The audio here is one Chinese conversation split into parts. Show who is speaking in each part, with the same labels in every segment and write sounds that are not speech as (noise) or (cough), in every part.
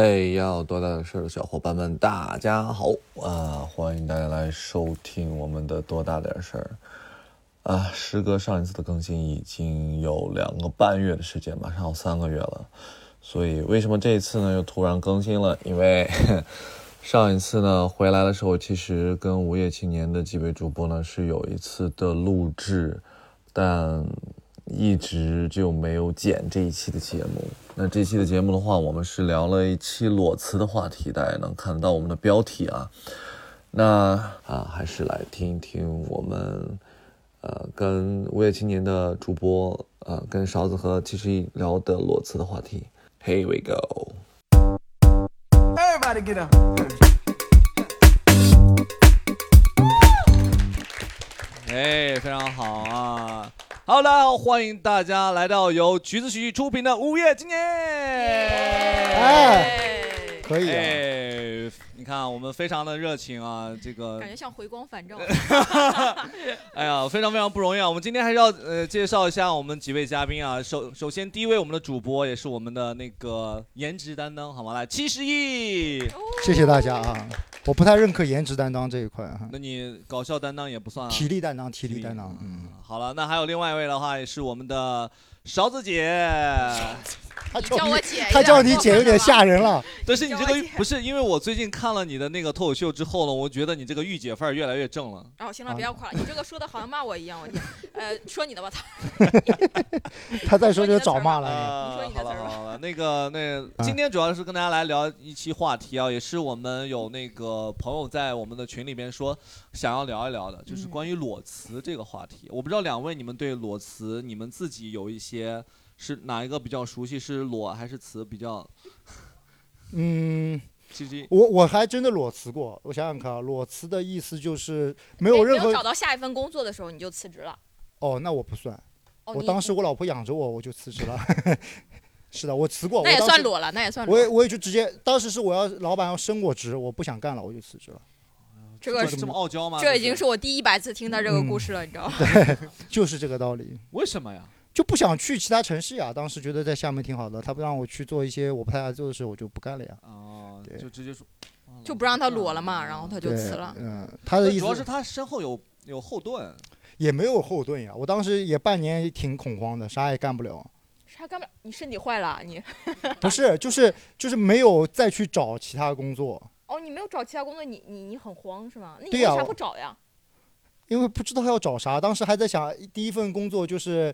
Speaker 1: 哎，要多大点事儿的小伙伴们，大家好啊！欢迎大家来收听我们的多大点事儿啊！时隔上一次的更新已经有两个半月的时间，马上要三个月了，所以为什么这一次呢又突然更新了？因为 (laughs) 上一次呢回来的时候，其实跟无业青年的几位主播呢是有一次的录制，但一直就没有剪这一期的节目。那这期的节目的话，我们是聊了一期裸辞的话题，大家也能看得到我们的标题啊。那啊，还是来听一听我们呃跟无业青年的主播呃跟勺子和七十一聊的裸辞的话题。Here we go。
Speaker 2: Everybody get up.
Speaker 3: 哎，非常好啊！Hello，大家好，欢迎大家来到由橘子喜剧出品的《午夜今年》。
Speaker 2: 哎，可以啊，
Speaker 3: 哎，你看我们非常的热情啊，这个
Speaker 4: 感，觉像回光返照。
Speaker 3: 哎呀，非常非常不容易啊。我们今天还是要呃介绍一下我们几位嘉宾啊。首首先第一位我们的主播也是我们的那个颜值担当，好吗？来，七十亿，
Speaker 4: 哦
Speaker 2: 谢谢大家啊。我不太认可颜值担当这一块啊，
Speaker 3: 那你搞笑担当也不算啊。
Speaker 2: 体力担当，体力
Speaker 3: 力
Speaker 2: 担当，嗯，
Speaker 3: 好了，那还有另外一位的话也是我们的勺子姐。
Speaker 2: 他
Speaker 4: 你叫我姐，
Speaker 2: 他叫你姐有点吓人
Speaker 4: (laughs)
Speaker 2: 了，
Speaker 3: 但是你这
Speaker 4: 叫
Speaker 3: 个
Speaker 4: 我
Speaker 3: 御
Speaker 4: 姐
Speaker 3: 不是因为我最近看了你的那个脱口秀之后呢，我觉得你这个御姐范儿越来越正了。
Speaker 4: 然后哦行
Speaker 2: 啊
Speaker 4: 了，不要夸了，你这个说的好像骂我一样，我天，呃，说你的吧，操，
Speaker 2: 他再说就找骂了。
Speaker 3: 呃，
Speaker 4: 啊你
Speaker 3: 好
Speaker 4: 说你的词
Speaker 3: 了
Speaker 4: 儿吧
Speaker 3: 好了，那个那
Speaker 2: 啊
Speaker 3: 今天主要是跟大家来聊一期话题啊，也是我们有那个朋友在我们的群里边说想要聊一聊的，就是
Speaker 4: 嗯
Speaker 3: 关于裸辞这个话题。我不知道两位你们对裸辞，你们自己有一些是哪一个比较熟悉，是裸还是辞比较？
Speaker 2: 嗯，
Speaker 3: 其实
Speaker 2: 我我还真的裸辞过，我想想看啊，裸辞的意思就是没有
Speaker 4: 对
Speaker 2: 任何
Speaker 4: 找到下一份工作的时候你就辞职了。
Speaker 2: 哦，那我不算，
Speaker 4: 哦，
Speaker 2: 我
Speaker 4: 你
Speaker 2: 当时我老婆养着我，我就辞
Speaker 4: (laughs)
Speaker 2: 职了。 (laughs) 是的，我辞过，
Speaker 4: 那也
Speaker 2: 我当
Speaker 4: 算
Speaker 2: 时。
Speaker 4: 裸了，那也算
Speaker 2: 我也
Speaker 4: 裸。
Speaker 2: 我也就直接，当时是我要老板要升我职，我不想干了，我就辞职了。
Speaker 4: 这个
Speaker 3: 这么傲娇吗？
Speaker 4: 这已经
Speaker 3: 是
Speaker 4: 是我第一百次听到这个故事了，你知道吗？
Speaker 2: 嗯就是这个道理。
Speaker 3: 为什么呀？
Speaker 2: 就不想去其他城市呀。当时觉得在厦门挺好的，他不让我去做一些我不太爱做的事，我就不干了呀。
Speaker 3: 哦
Speaker 2: 对，
Speaker 3: 就直接说，啊
Speaker 4: 就不让他裸了嘛，然后他就
Speaker 2: 对
Speaker 4: 辞了。
Speaker 2: 嗯，他的意
Speaker 3: 主要是
Speaker 2: 思
Speaker 3: 他身后有有后盾，
Speaker 2: 也没有后盾呀。我当时也半年也挺恐慌的，啥也干不了。
Speaker 4: 啥干不了？你身体坏了，你
Speaker 2: 不是，就是就是没有再去找其他工作，
Speaker 4: 哦，你没有找其他工作，你你你很慌是吗？那你
Speaker 2: 对
Speaker 4: 为
Speaker 2: 呀
Speaker 4: 啥
Speaker 2: 我
Speaker 4: 不找呀？
Speaker 2: 因为不知道要找啥。当时还在想，第一份工作就是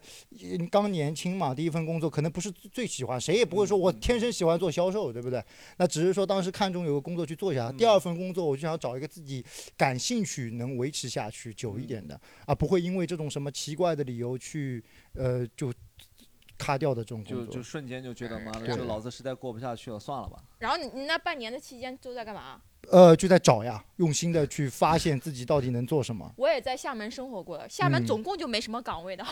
Speaker 2: 嗯刚年轻嘛，第一份工作可能不是最喜欢，谁也不会说我天生喜欢做销售，对不对？那只是说当时看中有个工作去做一下。
Speaker 3: 嗯
Speaker 2: 第二份工作我就想找一个自己感兴趣、能维持下去久一点的，啊，不会因为这种什么奇怪的理由去呃就卡掉的这种
Speaker 3: 就
Speaker 2: 工
Speaker 3: 就
Speaker 2: 作。
Speaker 3: 瞬间就觉得妈的，
Speaker 2: 对
Speaker 3: 这老子实在过不下去了，算了吧。
Speaker 4: 然后你你那半年的期间都在干嘛？
Speaker 2: 呃，就在找呀，用心的去发现自己到底能做
Speaker 3: (laughs)
Speaker 2: 什么。
Speaker 4: 我也在厦门生活过，厦门
Speaker 2: 嗯
Speaker 4: 总共就没什么岗位的，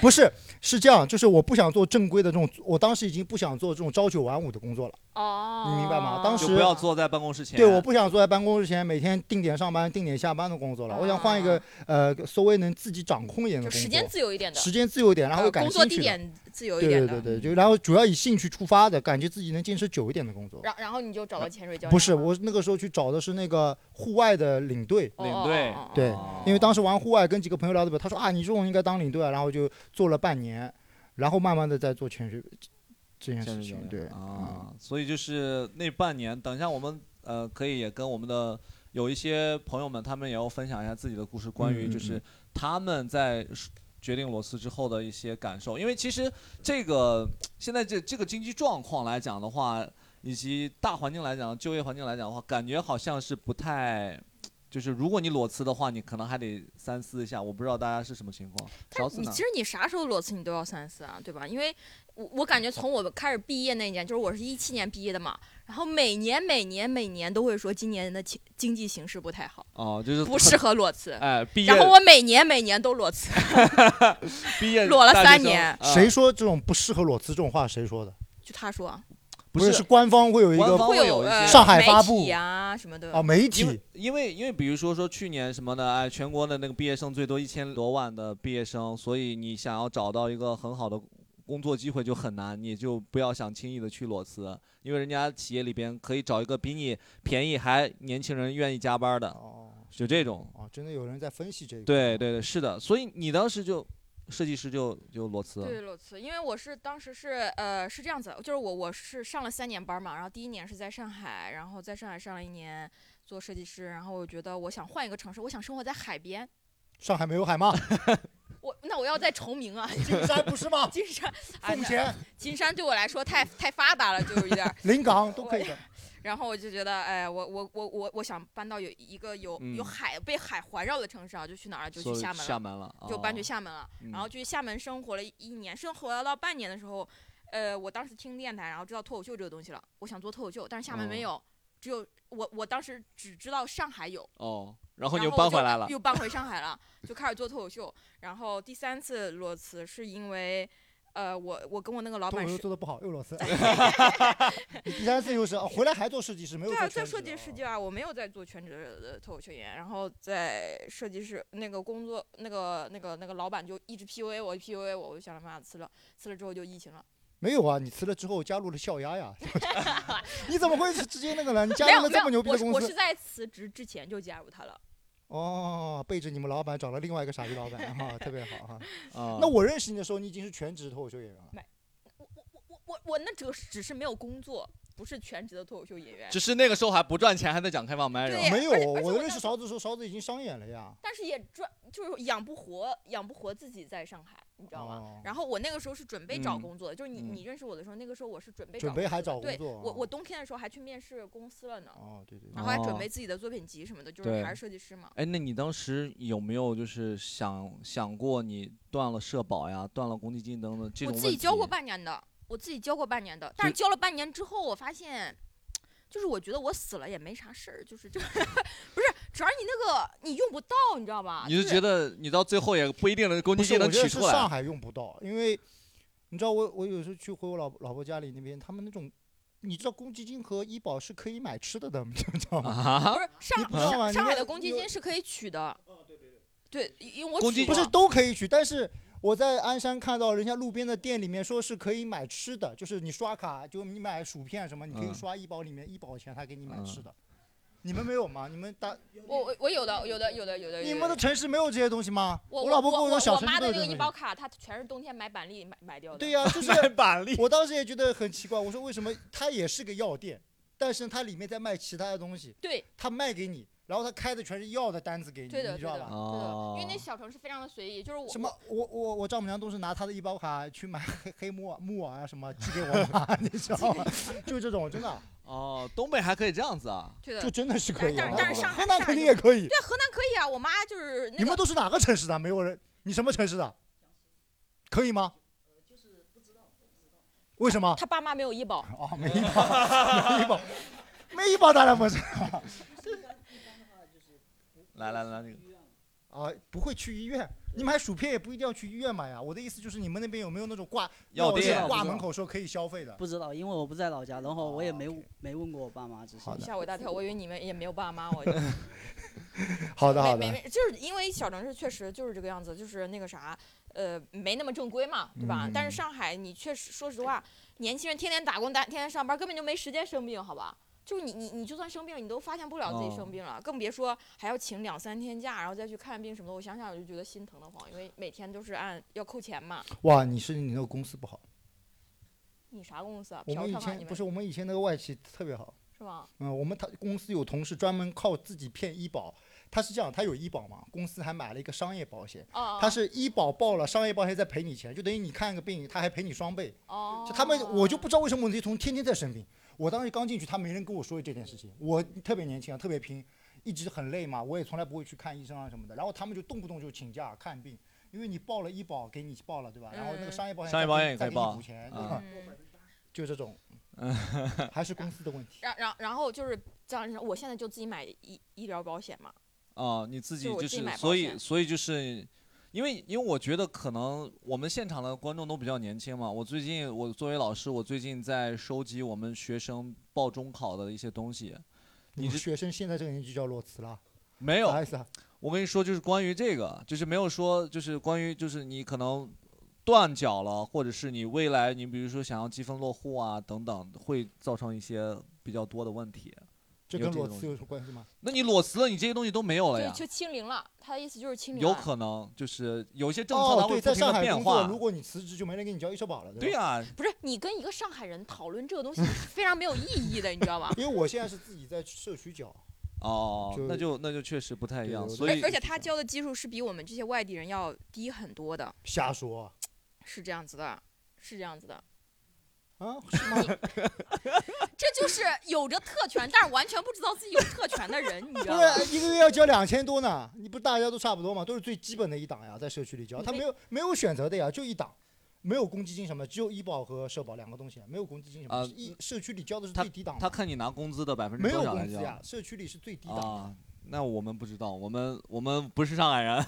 Speaker 2: 不是，是这样，就是我不想做正规的这种，我当时已经不想做这种朝九晚五的工作了。
Speaker 4: 哦，
Speaker 2: 你明白吗当
Speaker 3: 就
Speaker 2: 时
Speaker 3: 不要坐在办公室前。啊
Speaker 2: 对，我不想坐在办公室前每天定点上班、定点下班的工作了。我想换一个呃，稍微能自己掌控一点的
Speaker 4: 就
Speaker 2: 工作，
Speaker 4: 啊时间自由一点的，
Speaker 2: 时间自由一点，然后
Speaker 4: 呃
Speaker 2: 感
Speaker 4: 工
Speaker 2: 兴
Speaker 4: 作
Speaker 2: 趣的
Speaker 4: 地点自由一
Speaker 2: 对
Speaker 4: 点
Speaker 2: 对
Speaker 4: 的。
Speaker 2: 对对，就然后主要以兴趣出发的，感觉自己能坚持久一点的工作。
Speaker 4: 然然后你就找到潜水教练？
Speaker 2: 不是，，我那个时候去找的是那个户外的领队，
Speaker 4: 哦
Speaker 3: 领队
Speaker 4: 哦哦哦
Speaker 2: 对
Speaker 3: 哦
Speaker 2: 因为当时玩户外跟几个朋友聊得比较，他说啊，你这种应该当领队啊，然后就做了半年，然后慢慢的在做潜水这件
Speaker 3: 现
Speaker 2: 事
Speaker 3: 在就
Speaker 2: 情，
Speaker 3: 这
Speaker 2: 对嗯
Speaker 3: 样啊，所以就是那半年，等一下我们呃可以也跟我们的有一些朋友们，他们也要分享一下自己的故事，关于
Speaker 2: 嗯嗯
Speaker 3: 就是他们在决定裸辞之后的一些感受。因为其实这个现在这这个经济状况来讲的话，以及大环境来讲，就业环境来讲的话，感觉好像是不太。就是如果你裸辞的话，你可能还得三思一下。我不知道大家是什么情况。勺
Speaker 4: 但
Speaker 3: 子
Speaker 4: 你
Speaker 3: 呢
Speaker 4: 其？实你啥时候裸辞你都要三思啊，对吧？因为我我感觉从我开始毕业那年，就是我是一七年毕业的嘛，然后每年每年每年都会说今年的经经济形势不太好，
Speaker 3: 哦，就是
Speaker 4: 不适合裸辞。
Speaker 3: (laughs) 哎，毕业
Speaker 4: 然后我每年每年都裸辞，
Speaker 3: 毕业
Speaker 4: 裸了
Speaker 3: 大学
Speaker 4: 三
Speaker 3: 生
Speaker 4: 年
Speaker 3: 啊
Speaker 2: 谁说这种不适合裸辞这种话？谁说的？
Speaker 4: 就他说啊
Speaker 3: 不
Speaker 2: 是，是官方会有一
Speaker 3: 官
Speaker 2: 个
Speaker 3: 方
Speaker 4: 会
Speaker 3: 会
Speaker 4: 有
Speaker 3: 有一些
Speaker 4: 呃
Speaker 2: 上海发布
Speaker 4: 媒体啊什么的
Speaker 2: 啊，媒
Speaker 3: 因
Speaker 2: 体
Speaker 3: 为因为因为比如说说去年什么的，哎，全国的那个毕业生最多一千多万的毕业生，所以你想要找到一个很好的工作机会就很难，你就不要想轻易的去裸辞，因为人家企业里边可以找一个比你便宜还年轻人愿意加班的，
Speaker 2: 哦
Speaker 3: 就这种。
Speaker 2: 哦，真的有人在分析这个。
Speaker 3: 对对对，是的，所以你当时就设计师就就裸辞了，
Speaker 4: 对裸辞，因为我是当时是呃是这样子，就是我我是上了三年班嘛，然后第一年是在上海，然后在上海上了一年做设计师，然后我觉得我想换一个城市，我想生活在海边，
Speaker 2: 上海没有
Speaker 4: (laughs)
Speaker 2: 海吗？
Speaker 4: 我那我要再重名啊，
Speaker 2: 金山不是吗？
Speaker 4: 金山，哎
Speaker 2: 奉，贤、
Speaker 4: 金山对我来说太太发达了，就是有点儿，
Speaker 2: (laughs) 临港都可以的。
Speaker 4: 然后我就觉得哎，我我我我我想搬到有一个有
Speaker 3: 嗯
Speaker 4: 有海被海环绕的城市啊，就去哪儿了就
Speaker 3: 所
Speaker 4: 去
Speaker 3: 以
Speaker 4: 厦门了。
Speaker 3: 门了，
Speaker 4: 就
Speaker 3: 哦
Speaker 4: 搬去厦门了，
Speaker 3: 嗯
Speaker 4: 然后去厦门生活了一一年，生活到半年的时候，呃，我当时听电台，然后知道脱口秀这个东西了，我想做脱口秀，但是厦门
Speaker 3: 哦
Speaker 4: 没有，只有我我当时只知道上海有，
Speaker 3: 哦，然
Speaker 4: 然
Speaker 3: 后你又
Speaker 4: 后
Speaker 3: 搬
Speaker 4: 我就
Speaker 3: 回来了，
Speaker 4: 又搬回上海了，就开始做脱口秀，然后第三次裸辞是因为，呃，我我跟我那个老
Speaker 2: 脱
Speaker 4: 板
Speaker 2: 口秀
Speaker 4: 是。
Speaker 2: 做的不好，又
Speaker 4: (laughs)
Speaker 2: 裸辞。你第三次又是啊回来还做设计师，没有
Speaker 4: 对
Speaker 2: 做
Speaker 4: 啊，在
Speaker 2: 全职
Speaker 4: 设计师
Speaker 2: 哦
Speaker 4: 界啊，我没有在做全职的脱口秀演员，然后在设计师那个工作，那个那个那个老板就一直 PUA 我，PUA 我，我就想他妈辞了，辞了之后就疫情了。
Speaker 2: 没有啊，你辞了之后加入了笑
Speaker 4: (laughs)
Speaker 2: 鸭呀？你怎么会是直接那个呢？你加
Speaker 4: 没
Speaker 2: 入
Speaker 4: 有
Speaker 2: 了
Speaker 4: 没
Speaker 2: 这
Speaker 4: 有，
Speaker 2: 么牛逼的
Speaker 4: 我
Speaker 2: 公
Speaker 4: 是我
Speaker 2: 司
Speaker 4: 是在辞职之前就加入他了。
Speaker 2: 哦，背着你们老板找了另外一个傻逼老板哈，特别好哈。
Speaker 4: (laughs)
Speaker 3: 啊
Speaker 2: 那我认识你的时候，你已经是全职脱口秀演员了。
Speaker 4: 我我我我我我那只是只是没有工作，不是全职的脱口秀演员
Speaker 3: 只，是那个时候还不赚钱，还在讲开放麦是吧
Speaker 4: 对？哎呀
Speaker 2: 没有，
Speaker 4: 而且而且
Speaker 2: 我
Speaker 4: 我
Speaker 2: 认识
Speaker 4: 那
Speaker 2: 勺子的时候，勺子已经商演了呀。
Speaker 4: 但是也赚就是养不活养不活自己在上海，你知道吗？
Speaker 2: 哦
Speaker 4: 然后我那个时候是准备找
Speaker 3: 嗯
Speaker 4: 工作的，就是你
Speaker 3: 嗯
Speaker 4: 你认识我的时候，那个时候我是准备
Speaker 2: 准
Speaker 4: 找
Speaker 2: 备还
Speaker 4: 工作的
Speaker 2: 找工
Speaker 4: 对，
Speaker 2: 作啊。
Speaker 4: 我我啊冬天的时候还去面试公司了呢，
Speaker 2: 哦，对对对
Speaker 4: 然后还
Speaker 3: 哦
Speaker 4: 准备自己的作品集什么的，就是
Speaker 3: 对
Speaker 4: 还是设计师嘛。
Speaker 3: 哎，那你当时有没有就是想想过你断了社保呀，断了公积金等等这
Speaker 4: 我
Speaker 3: 种问题？
Speaker 4: 自己教过半年的，我自己教过半年的，但是教了半年之后，我发现，就是我觉得我死了也没啥事儿，就是这， (laughs) 不是，主要你那个你用不到，你知道吧？
Speaker 3: 你就觉得你到最后也不一定能公
Speaker 2: 不
Speaker 3: 积
Speaker 2: 是，
Speaker 3: 金
Speaker 2: 我
Speaker 3: 能
Speaker 2: 觉得
Speaker 3: 取
Speaker 2: 是
Speaker 3: 出
Speaker 2: 上
Speaker 3: 来。
Speaker 2: 海用不到，因为你知道我我有时候去回我老老婆家里那边，他们那种，你知道公积金和医保是可以买吃的的，你知道吗？
Speaker 3: 啊 (laughs)
Speaker 4: 不，是上
Speaker 2: 你不知道吗
Speaker 4: 上
Speaker 2: 你
Speaker 4: 上海
Speaker 2: 看
Speaker 4: 的公积
Speaker 2: 有
Speaker 4: 金是可以取的，
Speaker 2: 哦
Speaker 4: 对因为我
Speaker 3: 公积
Speaker 4: 取
Speaker 2: 不
Speaker 4: 过
Speaker 2: 是都可以取，但是。我在鞍山看到人家路边的店里面说是可以买吃的，就是你刷卡，就你买薯片什么，你可以
Speaker 3: 嗯
Speaker 2: 刷医保里面医保钱，他给你买
Speaker 3: 嗯
Speaker 2: 吃的。你们没有吗？你们大
Speaker 4: 我我我有的有的有的有的。
Speaker 2: 你
Speaker 4: 有
Speaker 2: 们的城市没有这些东西吗？
Speaker 4: 呃我
Speaker 2: 老婆跟
Speaker 4: 我
Speaker 2: 说，小
Speaker 4: 我
Speaker 2: 城
Speaker 4: 妈
Speaker 2: 市都
Speaker 4: 的
Speaker 2: 有
Speaker 4: 那
Speaker 2: 这
Speaker 4: 个
Speaker 2: 些
Speaker 4: 医
Speaker 2: 东
Speaker 4: 保
Speaker 2: 西。
Speaker 4: 卡，她全是冬天买板栗买买掉的。
Speaker 2: 对
Speaker 4: (laughs)
Speaker 2: 呀、就是
Speaker 3: 板栗
Speaker 2: 我当时也觉得很奇怪，我说为什么它也是个药店，但是它里面在卖其他的东西，
Speaker 4: 对
Speaker 2: 它卖给你，然后它开的全是药的单子给你，
Speaker 4: 对的
Speaker 2: 你知道
Speaker 4: 的
Speaker 2: 吧？
Speaker 4: 对的，因为那
Speaker 3: 哦
Speaker 4: 小城市非常的随意，就是我
Speaker 2: 什么？我我我丈母娘都是拿她的医保卡去买黑黑木耳木耳啊什么寄给我妈， (laughs) 你知道吗？就这种真的，
Speaker 3: 哦，东北还可以这样子啊？
Speaker 4: 对的
Speaker 2: 就。真的是可以啊
Speaker 4: 但。但是上
Speaker 2: 河南
Speaker 4: 上
Speaker 2: 肯定也可以。
Speaker 4: 对河南可以啊，我妈就是那
Speaker 2: 你
Speaker 4: 个
Speaker 2: 们都是哪个城市的？没有人，你什么城市的？可以吗？为什么？
Speaker 4: 她爸妈没有医保，
Speaker 2: 哦，没医保，没医保，没医保当然不是。
Speaker 3: 来来来，那个
Speaker 2: 啊，不会去医院，你买薯片也不一定要去医院买呀。我的意思就是，你们那边有没有那种挂
Speaker 3: 药店
Speaker 2: 店
Speaker 5: 啊
Speaker 2: 挂门口说可以消费的？
Speaker 5: 不知道，因为我不在老家，然后我也没
Speaker 2: 哦，OK
Speaker 5: 没问过我爸妈，只是
Speaker 2: 好的
Speaker 4: 吓我一大跳，我以为你们也没有爸妈，
Speaker 2: (laughs)
Speaker 4: 我
Speaker 2: 好的，好
Speaker 4: 没
Speaker 2: 的，
Speaker 4: 没没，就是因为小城市确实就是这个样子，就是那个啥，呃，没那么正规嘛，对吧？
Speaker 2: 嗯
Speaker 4: 但是上海，你确实说实话，年轻人天天打工，打天天上班，根本就没时间生病，好吧？就是你你你就算生病，你都发现不了自己
Speaker 3: 哦
Speaker 4: 生病了，更别说还要请两三天假，然后再去看病什么的。我想想我就觉得心疼的慌，因为每天都是按要扣钱嘛。
Speaker 2: 哇，你是你那个公司不好，
Speaker 4: 你啥公司啊？
Speaker 2: 我
Speaker 4: 嫖
Speaker 2: 们以
Speaker 4: 娼啊？你
Speaker 2: 前不
Speaker 4: 们
Speaker 2: 是我们以前那个外企特别好，
Speaker 4: 是吗？
Speaker 2: 嗯，我们他公司有同事专门靠自己骗医保，他是这样，他有医保嘛，公司还买了一个商业保险，
Speaker 4: 哦，
Speaker 2: 他是医保报了，商业保险再赔你钱，就等于你看个病，他还赔你双倍。
Speaker 4: 哦，
Speaker 2: 就他们，我就不知道为什么我那同天天在生病。我当时刚进去，他没人跟我说这件事情。我特别年轻啊，特别拼，一直很累嘛，我也从来不会去看医生啊什么的。然后他们就动不动就请假看病，因为你报了医保给你报了，对吧？然后那个
Speaker 4: 嗯
Speaker 2: 商业保险
Speaker 3: 商业
Speaker 2: 再
Speaker 3: 保
Speaker 2: 给
Speaker 3: 险也可以报
Speaker 2: 你再给你补钱，对
Speaker 3: 啊
Speaker 2: 吧？
Speaker 4: 嗯
Speaker 2: 就
Speaker 3: (laughs)
Speaker 2: 这种，还是公司的问题。
Speaker 4: 然然然后就是这样，我现在就自己买医医疗保险嘛。
Speaker 3: 哦，你自己
Speaker 4: 就我
Speaker 3: 就
Speaker 4: 自
Speaker 3: 是
Speaker 4: 己买，保
Speaker 3: 所以
Speaker 4: 险
Speaker 3: 所以就是，因为因为我觉得可能我们现场的观众都比较年轻嘛。我最近我作为老师，我最近在收集我们学生报中考的一些东西。
Speaker 2: 你
Speaker 3: 你是
Speaker 2: 们学生现在这个年纪就要裸辞了，
Speaker 3: 没有
Speaker 2: 啥，意思啊？
Speaker 3: 我跟你说，就是关于这个，就是没有说，就是关于就是你可能断脚了，或者是你未来你比如说想要积分落户啊等等，会造成一些比较多的问题。
Speaker 2: 这
Speaker 3: 有
Speaker 2: 跟
Speaker 3: 这个
Speaker 2: 裸
Speaker 3: 东
Speaker 2: 辞
Speaker 3: 西
Speaker 2: 有什么关系吗？
Speaker 3: 那你裸辞了，你这些东西都没有了
Speaker 4: 就
Speaker 3: 哦呀。
Speaker 4: 就清零了，他的意思就是清零了。
Speaker 3: 有可能就是有一些政策
Speaker 2: 哦
Speaker 3: 它，会不
Speaker 2: 对，在
Speaker 3: 停
Speaker 2: 上
Speaker 3: 的
Speaker 2: 海
Speaker 3: 变
Speaker 2: 工作，
Speaker 3: 化
Speaker 2: 如。果你辞职，就没人给你交一社保了，
Speaker 3: 对
Speaker 2: 吧？
Speaker 3: 呀、
Speaker 2: (laughs)
Speaker 4: 不是你跟一个上海人讨论这个东西是非常没有意义的，你知道
Speaker 3: (laughs)
Speaker 4: 吗？
Speaker 2: 因为我现在是自己在社区交，
Speaker 3: 哦，
Speaker 2: 就
Speaker 3: 那就那就确实不太一
Speaker 2: 对
Speaker 3: 样。
Speaker 2: 我
Speaker 3: 所
Speaker 4: 而
Speaker 3: 以
Speaker 4: 而且他交的基数是比我们这些外地人要低很多的，
Speaker 2: 瞎说
Speaker 4: 是这样子的，是这样子的。
Speaker 2: 啊！
Speaker 4: 这就是有着特权，但是完全不知道自己有特权的人，你知
Speaker 2: 不
Speaker 4: 道吗？
Speaker 2: 是一个月要交两千多呢？你不是大家都差不多吗？都是最基本的一档呀，在社区里交，
Speaker 4: 你
Speaker 2: 他
Speaker 4: 被
Speaker 2: 没有没有选择的呀，就一档，没有公积金什么，只有医保和社保两个东西，没有公积金什
Speaker 3: 啊
Speaker 2: 么，是一社区里交的是最低档
Speaker 3: 他
Speaker 2: 的，
Speaker 3: 看你拿工资的百分之
Speaker 2: 没有
Speaker 3: 多少来
Speaker 2: 工资
Speaker 3: 交
Speaker 2: 呀，社区里是最低档。
Speaker 3: 啊？那我们不知道，我们我们不是上海
Speaker 2: (laughs)
Speaker 3: 人。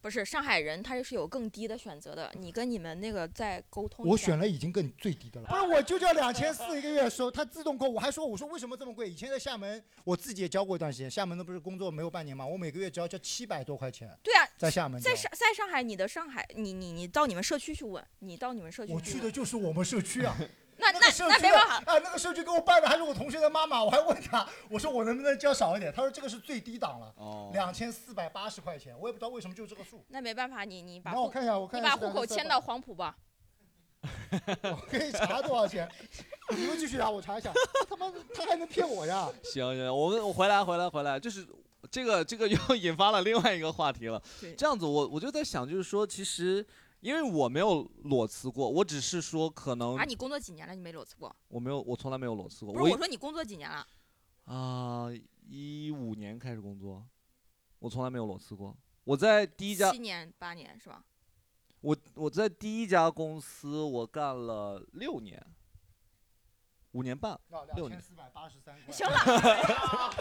Speaker 4: 不是上海人，他是有更低的选择的。你跟你们那个再沟通
Speaker 2: 我
Speaker 4: 一下
Speaker 2: 选。了已经更最低的了，不是我就交两千四一个月的时候，他自动扣，我还说我说为什么这么贵？以前在厦门我自己也交过一段时间，厦门那不是工作没有半年嘛，我每个月只要交七百多块钱，
Speaker 4: 对啊，
Speaker 2: 在厦门交
Speaker 4: 在上在上海，你的上海，你你你到你们社区去问，你到你们社区
Speaker 2: 我
Speaker 4: 去
Speaker 2: 去
Speaker 4: 问
Speaker 2: 的就是我们社区啊。
Speaker 4: 那
Speaker 2: 那
Speaker 4: 那
Speaker 2: 个社
Speaker 4: 那
Speaker 2: 区
Speaker 4: 没
Speaker 2: 的
Speaker 4: 办法，
Speaker 2: 啊，那个社区给我办的还是我同学的妈妈，我还问他，我说我能不能交少一点，他说这个是最低档了，
Speaker 3: 哦
Speaker 2: 两千四百八十块钱，我也不知道为什么就这个数。
Speaker 4: 那没办法，你你把
Speaker 2: 那我
Speaker 4: 户
Speaker 2: 看一下，我看
Speaker 4: 你
Speaker 2: 一下
Speaker 4: 把
Speaker 2: 是
Speaker 4: 户口
Speaker 2: 2,400
Speaker 4: 迁到黄埔吧。
Speaker 2: 我可以查多少钱？你们继续查，啊我查一下。他妈的，他还能骗我呀？
Speaker 3: 行行，我们我回来回来回来，就是这个这个又 (laughs) 引发了另外一个话题了
Speaker 4: 对。
Speaker 3: 这样子我，我就在想，就是说，其实因为我没有裸辞过，我只是说可能
Speaker 4: 啊，你工作几年了？你没裸辞过？
Speaker 3: 我没有，我从来没有裸辞过。
Speaker 4: 不是，
Speaker 3: 一
Speaker 4: 我说你工作几年了？
Speaker 3: 啊，一五年开始工作，我从来没有裸辞过。我在第一家
Speaker 4: 七，年八年是吧？
Speaker 3: 我我在第一家公司，我干了六年，五年半，
Speaker 2: 那两
Speaker 3: 六
Speaker 2: 千
Speaker 3: 年
Speaker 2: 四百八十三块。
Speaker 3: (laughs)
Speaker 4: 行了，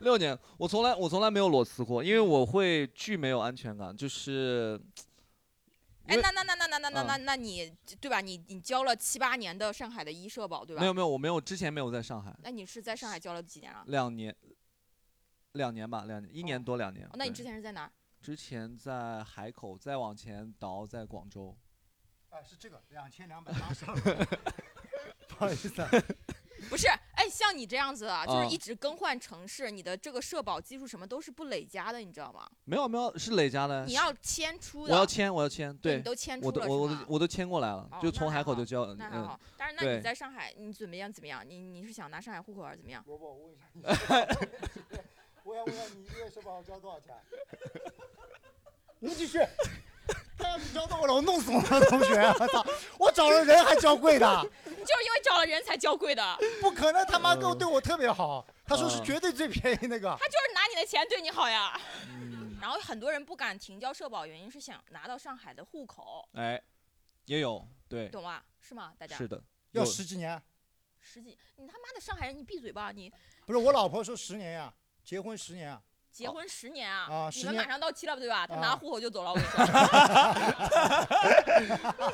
Speaker 3: 六年，我从来我从来没有裸辞过，因为我会巨没有安全感，就是
Speaker 4: 哎，
Speaker 3: 因为嗯
Speaker 4: 那那那那那那那那那你对吧？你你交了七八年的上海的一社保对吧
Speaker 3: 没？有没有，我没有之前没有在上海
Speaker 4: 那你是在上海交了几年了？哦
Speaker 3: 两年，两年吧，两年一年多两年。
Speaker 4: 哦那你
Speaker 3: 对
Speaker 4: 之前是在哪儿？
Speaker 3: 之前在海口，再往前倒在广州，
Speaker 2: 哎，是这个两千两百八十二块。不好意思啊，
Speaker 4: 不是，哎，像你这样子啊，就是
Speaker 3: 嗯
Speaker 4: 一直更换城市，你的这个社保基数什么都是不累加的，你知道吗？
Speaker 3: 没有没有是哪家的？
Speaker 4: 你
Speaker 3: 是
Speaker 4: 要迁出
Speaker 3: 我
Speaker 4: 的，
Speaker 3: 要签我要签，
Speaker 4: 对
Speaker 3: 对
Speaker 4: 你，都迁出
Speaker 3: 我都
Speaker 4: 了
Speaker 3: 我我
Speaker 4: 是
Speaker 3: 都
Speaker 4: 吗？
Speaker 3: 我都签过来了
Speaker 4: 哦，
Speaker 3: 就
Speaker 4: 那
Speaker 3: 从
Speaker 4: 还
Speaker 3: 海口
Speaker 4: 好
Speaker 3: 就交，
Speaker 4: 那还
Speaker 3: 嗯，
Speaker 4: 好，但是那
Speaker 3: 对
Speaker 4: 你在上海，你准备要怎么样？你你是想拿上海户口还是怎么样？
Speaker 2: 萝卜，我问一下你，我要问一下你一个月社保交多少钱？你继续。他要是交到我了，我弄死我了，同学！啊我操，我找了人还交贵的，
Speaker 4: 就是因为找了人才交贵的，
Speaker 2: 不可能他妈给我对我特别好，他说是绝对最便宜那个。
Speaker 4: 他就是拿你的钱对你好呀。
Speaker 3: 嗯
Speaker 4: (laughs) 然后很多人不敢停交社保，原因是想拿到上海的户口，
Speaker 3: 哎，也有，对，
Speaker 4: 懂吗？是吗？大家
Speaker 3: 是的，
Speaker 2: 要
Speaker 3: 有
Speaker 2: 十几年，
Speaker 4: 十几，你他妈的上海人，你闭嘴吧！你
Speaker 2: 不是我老婆说十年呀、结婚十年啊，
Speaker 4: 结
Speaker 3: 哦
Speaker 4: 婚十年啊，
Speaker 2: 啊
Speaker 4: 你
Speaker 2: 十
Speaker 4: 们
Speaker 2: 年
Speaker 4: 马上到期了，对吧？他
Speaker 2: 啊
Speaker 4: 拿户口就走了，我跟你
Speaker 2: (laughs)
Speaker 4: 说， (laughs)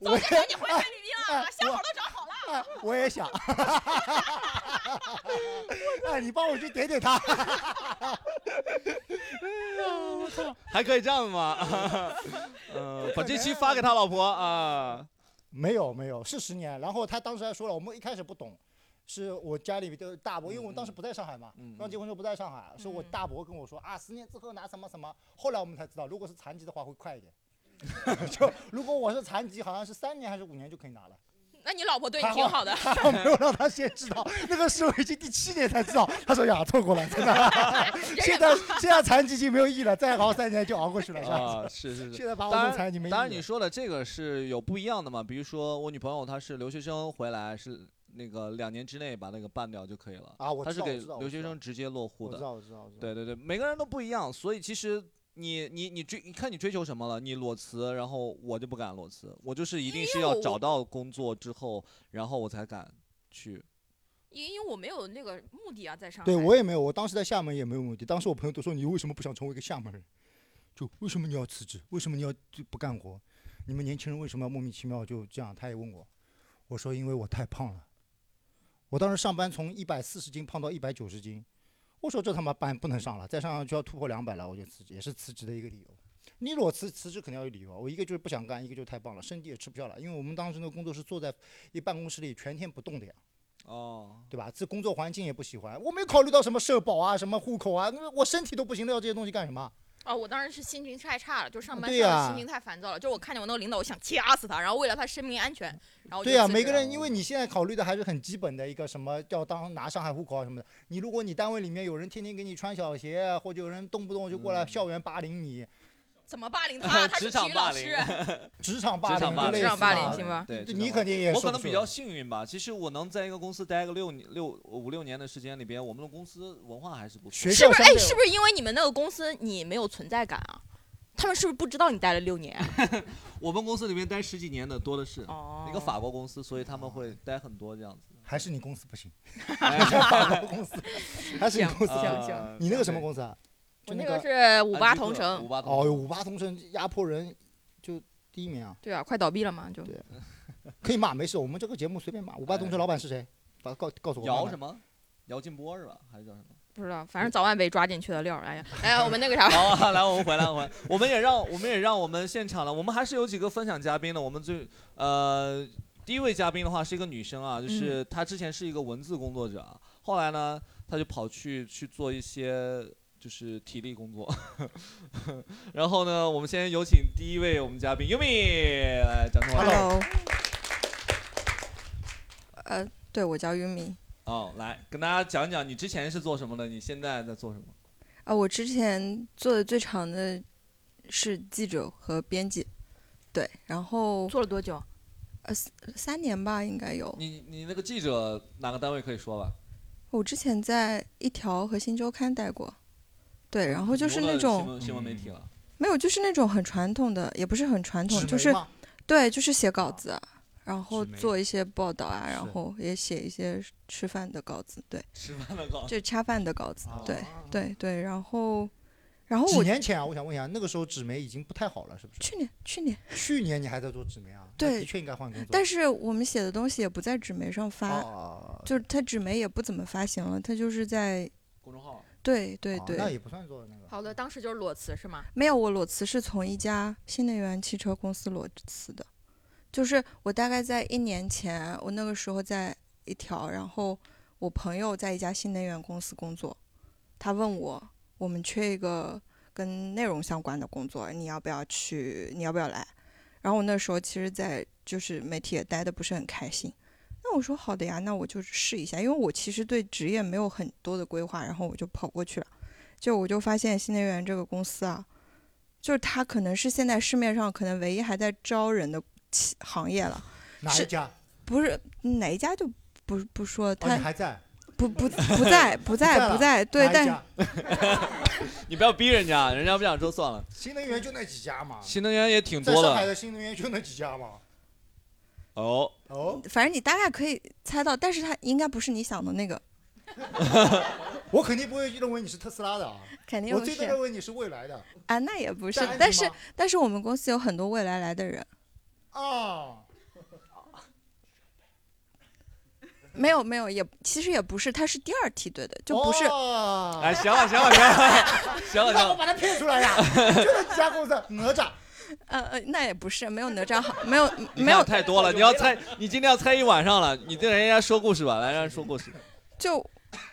Speaker 2: 我也
Speaker 4: 早就给你回菲律宾
Speaker 2: 哎
Speaker 4: 了，
Speaker 2: 我
Speaker 4: 相好都找好了。 (laughs)
Speaker 2: 哎我也想， (laughs) 哎，你帮我去点点他，
Speaker 3: 还可以这样 (laughs) 吗？嗯，把这期发给他老婆 (laughs) 啊，
Speaker 2: 没有没有是十年，然后他当时还说了，我们一开始不懂。是我家里的大伯，因为我当时不在上海嘛
Speaker 3: 嗯嗯，
Speaker 2: 刚结婚时候不在上海，是我
Speaker 4: 嗯
Speaker 2: 大伯跟我说啊，十年之后拿什么什么。后来我们才知道，如果是残疾的话会快一
Speaker 3: (laughs)
Speaker 2: 点， (laughs) 就如果我是残疾，好像是三年还是五年就可以拿了。 (laughs)
Speaker 4: 那你老婆对你挺好的，
Speaker 2: 我没有让他先知道，那个时候已经第七年才知道。他说呀，错过了，真的。现在现在残疾已经没有意义了，再熬三年就熬过去了。是吧
Speaker 3: 啊，是是是。
Speaker 2: 现在把我
Speaker 3: 当
Speaker 2: 弄
Speaker 3: 然
Speaker 2: 残疾没意义
Speaker 3: 当然，你
Speaker 2: 了。
Speaker 3: 说的这个是有不一样的嘛？比如说我女朋友她是留学生回来，是那个两年之内把那个办掉就可以了。
Speaker 2: 啊，我
Speaker 3: 她
Speaker 2: 知
Speaker 3: 是
Speaker 2: 道，
Speaker 3: 给
Speaker 2: 我知道，
Speaker 3: 留学生直接落户
Speaker 2: 我知
Speaker 3: 的。
Speaker 2: 道，我知道，我知道。
Speaker 3: 对对对，每个人都不一样，所以其实你你你追，你看你追求什么了？你裸辞，然后我就不敢裸辞，我就是一定是要
Speaker 4: 哎我
Speaker 3: 找到工作之后，然后我才敢去。
Speaker 4: 因因为我没有那个目的啊，在上海。
Speaker 2: 对我也没有，我当时在厦门也没有目的。当时我朋友都说你为什么不想成为一个厦门人？就为什么你要辞职？为什么你要就不干活？你们年轻人为什么要莫名其妙就这样？他也问我，我说因为我太胖了。我当时上班从一百四十斤胖到一百九十斤，我说这他妈班不能上了，再上就要突破两百了，我就辞职，也是辞职的一个理由。你裸辞辞职肯定要有理由啊，我一个就是不想干，一个就是太棒了，升地也吃不消了，因为我们当时那个工作是坐在一办公室里全天不动的呀，
Speaker 3: 哦，
Speaker 2: 对吧？这工作环境也不喜欢，我没考虑到什么社保啊、什么户口啊，那我身体都不行了，要这些东西干什么？
Speaker 4: 哦，我当时是心情太差了，就上班
Speaker 2: 对
Speaker 4: 时候
Speaker 2: 呀
Speaker 4: 心情太烦躁了，就是我看见我那个领导，我想掐死他，然后为了他生命安全，然后我就
Speaker 2: 对呀、
Speaker 4: 辞
Speaker 2: 每
Speaker 4: 职
Speaker 2: 个
Speaker 4: 了
Speaker 2: 人，因为你现在考虑的还是很基本的一个什么要当拿上海户口啊什么的。你如果你单位里面有人天天给你穿小鞋啊，或者有人动不动就过来
Speaker 3: 嗯
Speaker 2: 校园霸凌你，
Speaker 4: 怎么
Speaker 3: (laughs)
Speaker 4: 霸凌他？他
Speaker 3: 职
Speaker 4: 是
Speaker 3: 场
Speaker 4: 体育
Speaker 3: 霸
Speaker 4: 老
Speaker 3: 凌 (laughs)
Speaker 4: 师，
Speaker 2: 职场霸
Speaker 3: 职
Speaker 2: 凌
Speaker 3: 场霸凌，
Speaker 4: 凌
Speaker 2: 就类似
Speaker 4: 职场霸
Speaker 2: 嘛
Speaker 4: 凌行吧
Speaker 3: 对，职
Speaker 2: 你
Speaker 3: 场霸
Speaker 2: 肯定也
Speaker 3: 凌我
Speaker 2: 受
Speaker 3: 可
Speaker 2: 不
Speaker 3: 能比
Speaker 2: 住
Speaker 3: 较幸运吧。其实我能在一个公司待个六年六五六年的时间里边，我们的公司文化还是不错
Speaker 2: 学。
Speaker 4: 是
Speaker 2: 校
Speaker 4: 不是？
Speaker 2: 相
Speaker 4: 哎，
Speaker 2: 对
Speaker 4: 是不是因为你们那个公司你没有存在感啊？他们是不是不知道你待了
Speaker 3: (laughs)
Speaker 4: 六年？
Speaker 3: 我们公司里面待十几年的多的是，
Speaker 4: 哦
Speaker 3: 一个法国公司，所以他们会待很多这样子。
Speaker 2: 还是你公司不
Speaker 3: (laughs)
Speaker 2: 行，
Speaker 3: 哎
Speaker 2: 法国公司还是你公司
Speaker 3: 啊
Speaker 4: 行
Speaker 2: 不行。
Speaker 4: 行
Speaker 2: 你那个什么公司啊？就
Speaker 4: 我那
Speaker 2: 个
Speaker 4: 个是五
Speaker 3: 安
Speaker 4: 八
Speaker 3: 吉
Speaker 4: 同
Speaker 3: 克
Speaker 4: 城
Speaker 3: 五，八同
Speaker 2: 哦，
Speaker 3: 城
Speaker 2: 有五八同城压迫人就第一名啊，
Speaker 4: 对啊，快倒闭了嘛，就
Speaker 2: 对可以骂没事，我们这个节目随便骂。五八同城老板是谁？把告告诉我。
Speaker 3: 哎姚什
Speaker 2: 么？
Speaker 3: 么？姚劲波是吧？还是叫什么？，
Speaker 4: 不知道，反正早晚被抓进去的料儿。哎呀，哎，我们那个啥
Speaker 2: (laughs)
Speaker 3: 好 (laughs) 啊，来，我们回来，我们我们也让我们也让我们现场了，我们还是有几个分享嘉宾的。我们最呃第一位嘉宾的话是一个女生
Speaker 6: 嗯
Speaker 3: 啊，就是她之前是一个文字工作者啊，后来呢，她就跑去去做一些就是体力工作。 (laughs) 然后呢，我们先有请第一位我们嘉宾 Yumi，来掌声欢迎。
Speaker 6: Hello，呃，对，我叫 Yumi。
Speaker 3: 哦，来跟大家讲讲你之前是做什么的，你现在在做什么？
Speaker 6: 啊，我之前做的最长的是记者和编辑，对，然后
Speaker 4: 做了多久？
Speaker 6: 三年吧，应该有。
Speaker 3: 你你那个记者哪个单位可以说吧？
Speaker 6: 我之前在一条和新周刊待过，对，然后就是
Speaker 3: 你
Speaker 6: 那
Speaker 3: 用了新
Speaker 6: 种
Speaker 3: 闻新闻媒体了。
Speaker 6: 没有，就是那种很传统的，也不是很传统，哦就是对，就是写稿子啊，然后
Speaker 7: 纸媒
Speaker 6: 做一些报道啊，
Speaker 7: 是
Speaker 6: 然后也写一些吃饭的稿子，对，
Speaker 3: 吃饭的稿。
Speaker 6: 就恰饭的稿子，对
Speaker 2: 啊
Speaker 6: 对对，然后然后
Speaker 2: 几
Speaker 6: 我
Speaker 2: 年前啊，我想问一下，那个时候纸媒已经不太好了，是不是？
Speaker 6: 去年去年。
Speaker 2: 去年你还在做纸媒啊？那
Speaker 6: 对
Speaker 2: 的确应该换工作。
Speaker 6: 但
Speaker 2: 是
Speaker 6: 是我们写的东西也不在纸媒上
Speaker 3: 哦
Speaker 6: 发，
Speaker 2: 啊，
Speaker 6: 就是它纸媒也不怎么发行了，它就是在
Speaker 3: 公众号。
Speaker 6: 对对
Speaker 2: 啊
Speaker 6: 对，
Speaker 2: 那也不算做那个。
Speaker 4: 好的，当时就是裸辞是吗？
Speaker 2: (laughs)
Speaker 6: 没有我裸辞是从一家新能源汽车公司裸辞的，就是我大概在一年前，我那个时候在一条，然后我朋友在一家新能源公司工作，他问我我们缺一个跟内容相关的工作，你要不要去？你要不要来？然后我那时候其实，在就是媒体也待的不是很开心。那我说好的呀，那我就试一下，因为我其实对职业没有很多的规划，然后我就跑过去了。就我就发现新能源这个公司啊，就是它可能是现在市面上可能唯一还在招人的企行业了，
Speaker 2: 哪一
Speaker 6: 是
Speaker 2: 家？
Speaker 6: 不是哪一家就不不说，
Speaker 2: 哦，
Speaker 6: 它
Speaker 2: 你还在？
Speaker 6: 不不不在不在不在，对，
Speaker 2: 哪一
Speaker 6: 但
Speaker 2: 家
Speaker 3: 你不要逼人家，人家不想说算了。
Speaker 2: 新能源就那几家嘛，
Speaker 3: 新能源也挺
Speaker 2: 啊在
Speaker 3: 多
Speaker 2: 上海
Speaker 3: 的
Speaker 2: 的新能源就那几家嘛。
Speaker 3: 哦，
Speaker 2: 哦，
Speaker 6: 反正你大概可以猜到，但是它应该不是你想的那个，
Speaker 2: 我肯定不会认为你是特斯拉的啊，
Speaker 6: 肯定
Speaker 2: 我
Speaker 6: 不
Speaker 2: 最
Speaker 6: 是
Speaker 2: 多认为你是未来的。
Speaker 6: 啊，那也不是
Speaker 2: 在安，
Speaker 6: 但
Speaker 2: 吉
Speaker 6: 是
Speaker 2: 吗
Speaker 6: 但是我们公司有很多未来来的人，
Speaker 2: 啊，嗯
Speaker 6: 没有没有也其实也不是，他是第二梯队的，就不是、
Speaker 2: 哦
Speaker 3: 哎，行了行了行了 (laughs) 行了行
Speaker 2: 让我
Speaker 3: 了，
Speaker 2: 把他骗出来呀！ (laughs) 就那几家公司，哪吒。
Speaker 6: 呃呃那也不是没有哪
Speaker 2: (laughs)
Speaker 6: 吒好，没有
Speaker 3: 你
Speaker 6: 没有
Speaker 3: 看太多了，你要猜，你今天要猜一晚上了，你对人家说故事吧，来让人说故事。
Speaker 6: 就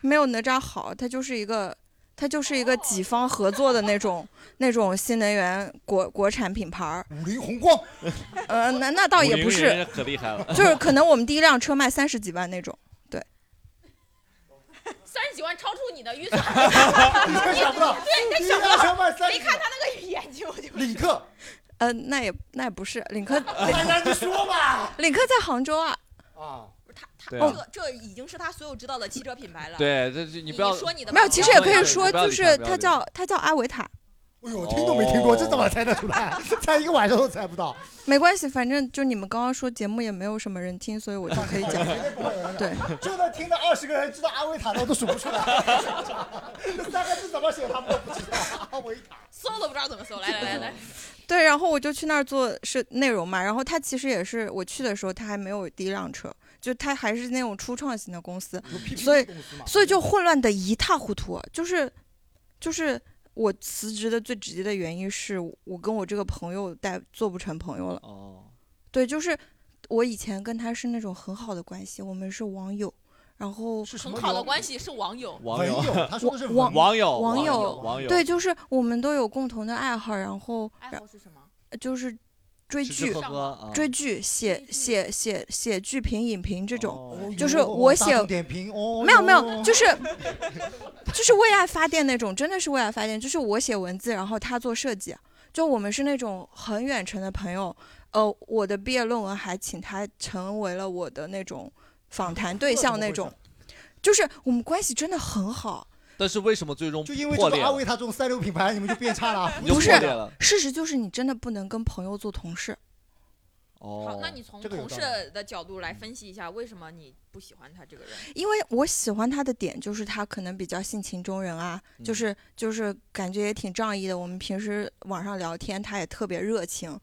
Speaker 6: 没有哪吒好，它就是一个它就是一个几方合作的那种那种新能源国国产品牌儿，
Speaker 2: 五菱宏光，
Speaker 6: 呃那那倒也
Speaker 3: 武
Speaker 6: 不
Speaker 3: 林
Speaker 6: 是，啊
Speaker 3: 人家可厉害了，
Speaker 6: 就是可能我们第一辆车卖三十几万那种。
Speaker 4: 三十几万超出你的预算，
Speaker 2: (laughs) 你真想不到，
Speaker 4: (laughs) 对，
Speaker 2: 一
Speaker 4: 你想不到，
Speaker 2: 辆 (laughs) 车卖三
Speaker 4: 没
Speaker 2: 十，
Speaker 4: 看他那个眼睛，我就
Speaker 2: 领克，
Speaker 6: 呃，那也那也不是，领克
Speaker 2: 哎呀，你说吧，
Speaker 6: 领克在杭州啊，
Speaker 2: 啊，
Speaker 4: 他他
Speaker 3: 对啊
Speaker 4: 这这已经是他所有知道的汽车品牌了。，
Speaker 3: 对，这这你
Speaker 4: 你
Speaker 3: 不要
Speaker 4: 你。说你的吧
Speaker 6: 没有，其实也可
Speaker 3: 不要
Speaker 6: 以
Speaker 3: 理
Speaker 6: 说
Speaker 3: 不要
Speaker 6: 就
Speaker 3: 理他
Speaker 6: 是
Speaker 3: 不要
Speaker 6: 它
Speaker 3: 理
Speaker 6: 叫它叫阿维塔，
Speaker 2: 哎呦，听都没听过，这怎么猜得出来？猜一个晚上都猜不到，
Speaker 6: 没关系，反正就你们刚刚说节目也没有什么人听，所以我就可以
Speaker 3: (laughs)
Speaker 6: 讲。
Speaker 2: 绝对不会有人的
Speaker 6: 对，
Speaker 2: (laughs) 就算听了二十个人知道阿维塔的都数不出来，这三个字怎么写他们都不知道。阿维塔，
Speaker 4: 搜都不知道怎么搜。来来来 (laughs) 来，
Speaker 6: 对，然后我就去那儿做是内容嘛，然后他其实也是我去的时候他还没有第一辆车，就他还是那种初创型的公司，
Speaker 2: 有 PPT
Speaker 6: 所以
Speaker 2: 公司嘛
Speaker 6: 所以就混乱的一塌糊涂，就是就是我辞职的最直接的原因是我跟我这个朋友带做不成朋友了。
Speaker 3: 哦，
Speaker 6: 对，就是我以前跟他是那种很好的关系，我们是网友，然后
Speaker 2: 是什
Speaker 4: 很
Speaker 2: 么
Speaker 4: 好的
Speaker 2: 友
Speaker 4: 关系是网友，
Speaker 3: 网友
Speaker 2: 网，友，他说的是
Speaker 6: 网
Speaker 2: 网
Speaker 3: 网友，
Speaker 6: 网
Speaker 3: 友，
Speaker 6: 友
Speaker 3: 网友，
Speaker 6: 对，就是我们都有共同的爱好，然后
Speaker 4: 爱好是什么？
Speaker 6: 就是追
Speaker 3: 吃吃
Speaker 6: 剧
Speaker 3: 喝
Speaker 4: 上
Speaker 3: 喝
Speaker 4: 网
Speaker 3: 啊，
Speaker 6: 追剧、写写写写剧评、影评这种。
Speaker 3: 哦
Speaker 2: 哦
Speaker 6: 就是
Speaker 2: 哟
Speaker 6: 我
Speaker 2: 大
Speaker 6: 写
Speaker 2: 众点评哦，
Speaker 6: 没有没有，
Speaker 2: 哟
Speaker 6: 就是就是为爱发电那种，真的是为爱发电。就是我写文字，然后他做设计，就我们是那种很远程的朋友。呃，我的毕业论文还请他成为了我的那种访谈对象那种，就是我们关系真的很好。
Speaker 3: 但是为什么最终
Speaker 2: 就因为
Speaker 3: 破
Speaker 2: 这
Speaker 3: 裂
Speaker 2: 个阿
Speaker 3: 了？
Speaker 2: 维他这种三流品牌，你 (laughs) 们就变差了。
Speaker 3: 你就
Speaker 6: 不是
Speaker 3: 破裂了
Speaker 6: 事实就是你真的不能跟朋友做同事，
Speaker 3: 哦
Speaker 4: 好，，那你从
Speaker 2: 这个有
Speaker 4: 同
Speaker 2: 道
Speaker 4: 事
Speaker 2: 理
Speaker 4: 的角度来分析一下，为什么你不喜欢他这个人？
Speaker 6: 因为我喜欢他的点就是他可能比较性情中人啊，
Speaker 3: 嗯
Speaker 6: 就是就是感觉也挺仗义的。我们平时网上聊天，他也特别热情。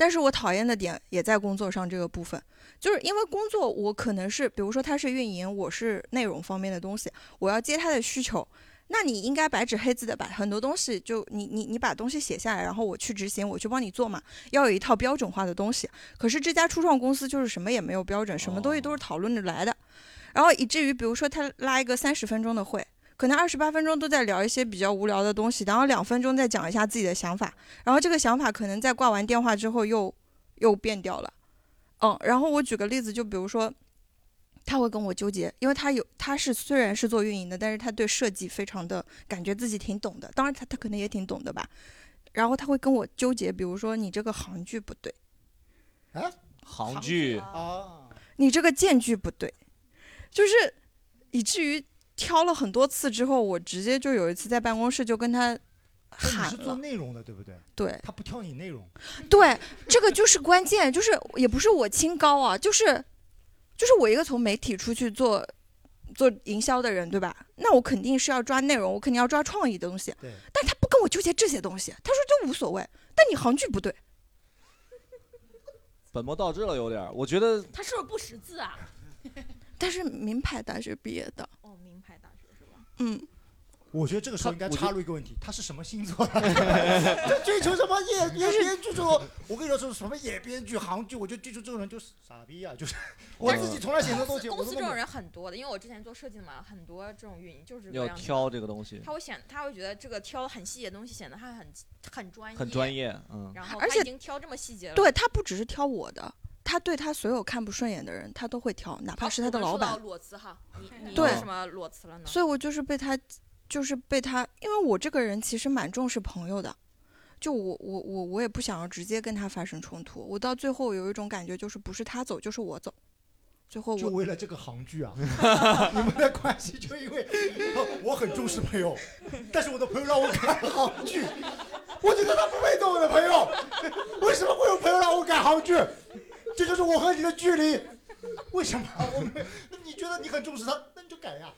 Speaker 6: 但是我讨厌的点也在工作上这个部分，就是因为工作我可能是，比如说他是运营，我是内容方面的东西，我要接他的需求，那你应该白纸黑字的把很多东西就你你你把东西写下来，然后我去执行，我去帮你做嘛，要有一套标准化的东西。可是这家初创公司就是什么也没有标准，什么东西都是讨论着来的，然后以至于比如说他拉一个三十分钟的会，可能二十八分钟都在聊一些比较无聊的东西，然后两分钟再讲一下自己的想法，然后这个想法可能在挂完电话之后又又变掉了。嗯，然后我举个例子，就比如说。他会跟我纠结，因为他有他是虽然是做运营的，但是他对设计非常的感觉自己挺懂的，当然他他可能也挺懂的吧。然后他会跟我纠结，比如说你这个行距不对，
Speaker 3: 杭剧
Speaker 2: 啊，
Speaker 6: 你这个间距不对，就是以至于挑了很多次之后，我直接就有一次在办公室就跟他
Speaker 2: 你
Speaker 6: 喊
Speaker 2: 是做
Speaker 6: 了，
Speaker 2: 内容的对不对？
Speaker 6: 对
Speaker 2: 他不挑你内容，
Speaker 6: 对，这个就是关键，就是也不是我清高啊，就是就是我一个从媒体出去做做营销的人，对吧？那我肯定是要抓内容，我肯定要抓创意的东西，
Speaker 2: 对，
Speaker 6: 但他不跟我纠结这些东西，他说这无所谓，但你行距不对，
Speaker 3: 本末倒置了，有点儿。我觉得
Speaker 4: 他是不是不识字啊？
Speaker 6: 但是名牌大学毕业的，
Speaker 4: 哦，名牌大学是吧？
Speaker 6: 嗯，
Speaker 2: 我觉得这个时候
Speaker 3: 他
Speaker 2: 应该
Speaker 3: 我觉
Speaker 2: 插入一个问题，他是什么星座的？就追求什么野野编剧这种？我跟你说，这种什么野编剧、行剧，我就追求这种人就是傻逼啊！就是我自己从来写的东西，
Speaker 4: 公
Speaker 2: 我都
Speaker 4: 司这
Speaker 2: 不
Speaker 4: 种
Speaker 2: 懂。
Speaker 4: 人很多的，因为我之前做设计的嘛，很多这种运营就是这个
Speaker 3: 要
Speaker 4: 样子。
Speaker 3: 挑这个东西
Speaker 4: 他会显，他会觉得这个挑很细节的东西显得他很很专业，
Speaker 3: 很专。业，嗯，
Speaker 4: 然后
Speaker 6: 而
Speaker 4: 他
Speaker 6: 且
Speaker 4: 已经挑这么细节了，
Speaker 6: 对他不只是挑我的，他对他所有看不顺眼的人，他都会哦挑，哪怕
Speaker 4: 好
Speaker 6: 是啊他的
Speaker 4: 哦我们说
Speaker 6: 老板
Speaker 4: 到。裸辞哈，你你
Speaker 6: 对
Speaker 4: 为什么裸辞了呢？
Speaker 6: 所以我就是被他，就是被他，因为我这个人其实蛮重视朋友的，就我我我我也不想要直接跟他发生冲突，我到最后有一种感觉就是不是他走就是我走，最后
Speaker 2: 就
Speaker 6: 我
Speaker 2: 为了这个行剧啊，你们的关系就因为哦我很重视朋友，但是我的朋友让我改行剧，我觉得他不配做我的朋友。为什么会有朋友让我改行剧？这就是我和你的距离。为什么？我们那你觉得你很重视他，那你就改呀。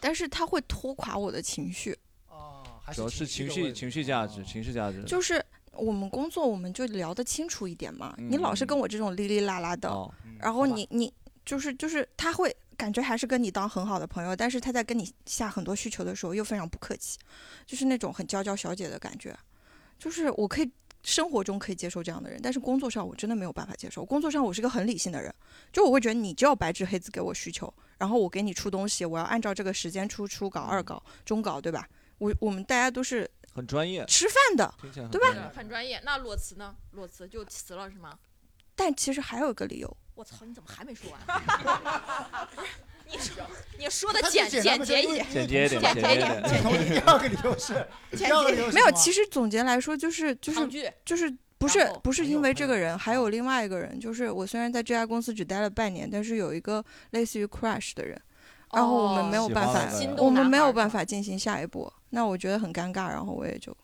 Speaker 6: 但是他会拖垮我的情绪，
Speaker 2: 啊，还
Speaker 3: 主要是情绪情绪价
Speaker 2: 哦
Speaker 3: 值，情绪价值
Speaker 6: 就是我们工作我们就聊得清楚一点嘛，你老是跟我这种哩哩啦啦的，
Speaker 3: 哦，
Speaker 2: 嗯
Speaker 4: 嗯
Speaker 6: 然后你你就是就是他会感觉还是跟你当很好的朋友，但是他在跟你下很多需求的时候又非常不客气，就是那种很娇娇小姐的感觉。就是我可以生活中可以接受这样的人，但是工作上我真的没有办法接受。工作上我是个很理性的人，就我会觉得你就要白纸黑字给我需求，然后我给你出东西，我要按照这个时间出初稿、
Speaker 2: 嗯
Speaker 6: 二稿、中稿，对吧？我我们大家都是
Speaker 3: 很专业，
Speaker 6: 吃饭的，
Speaker 3: 听起来很
Speaker 6: 对
Speaker 3: 专
Speaker 4: 是
Speaker 3: 业
Speaker 4: 很专业。那裸辞呢？裸辞就辞了是吗？
Speaker 6: 但其实还有一个理由，
Speaker 4: 我操，你怎么还没说完？不 (laughs) 是，你说你说的简
Speaker 2: 简
Speaker 4: 简洁一点，
Speaker 3: 简洁一点，简
Speaker 4: 简洁
Speaker 3: 洁
Speaker 4: 一
Speaker 3: 一
Speaker 4: 点 (laughs)
Speaker 3: 点。
Speaker 2: 第二个理由是，第二个理由
Speaker 6: 没有。
Speaker 2: 实
Speaker 6: 其实总结来说就是就是
Speaker 4: 抗拒
Speaker 6: 就是不是
Speaker 4: 然后
Speaker 6: 不是
Speaker 2: 朋友
Speaker 6: 因为
Speaker 2: 朋
Speaker 6: 这
Speaker 2: 友
Speaker 6: 个人，还
Speaker 4: 嗯
Speaker 6: 有另外一个人，就是我虽然在这家公司只待了半年，但是有一个类似于 crush 的人，然后我们没有
Speaker 3: 喜
Speaker 6: 办
Speaker 3: 欢
Speaker 6: 法
Speaker 3: 了的，
Speaker 4: 心动
Speaker 6: 我们
Speaker 4: 哦男
Speaker 6: 没有
Speaker 4: 孩
Speaker 6: 办
Speaker 4: 是吧
Speaker 6: 法进行下一步，那我觉得很尴尬，然后我也就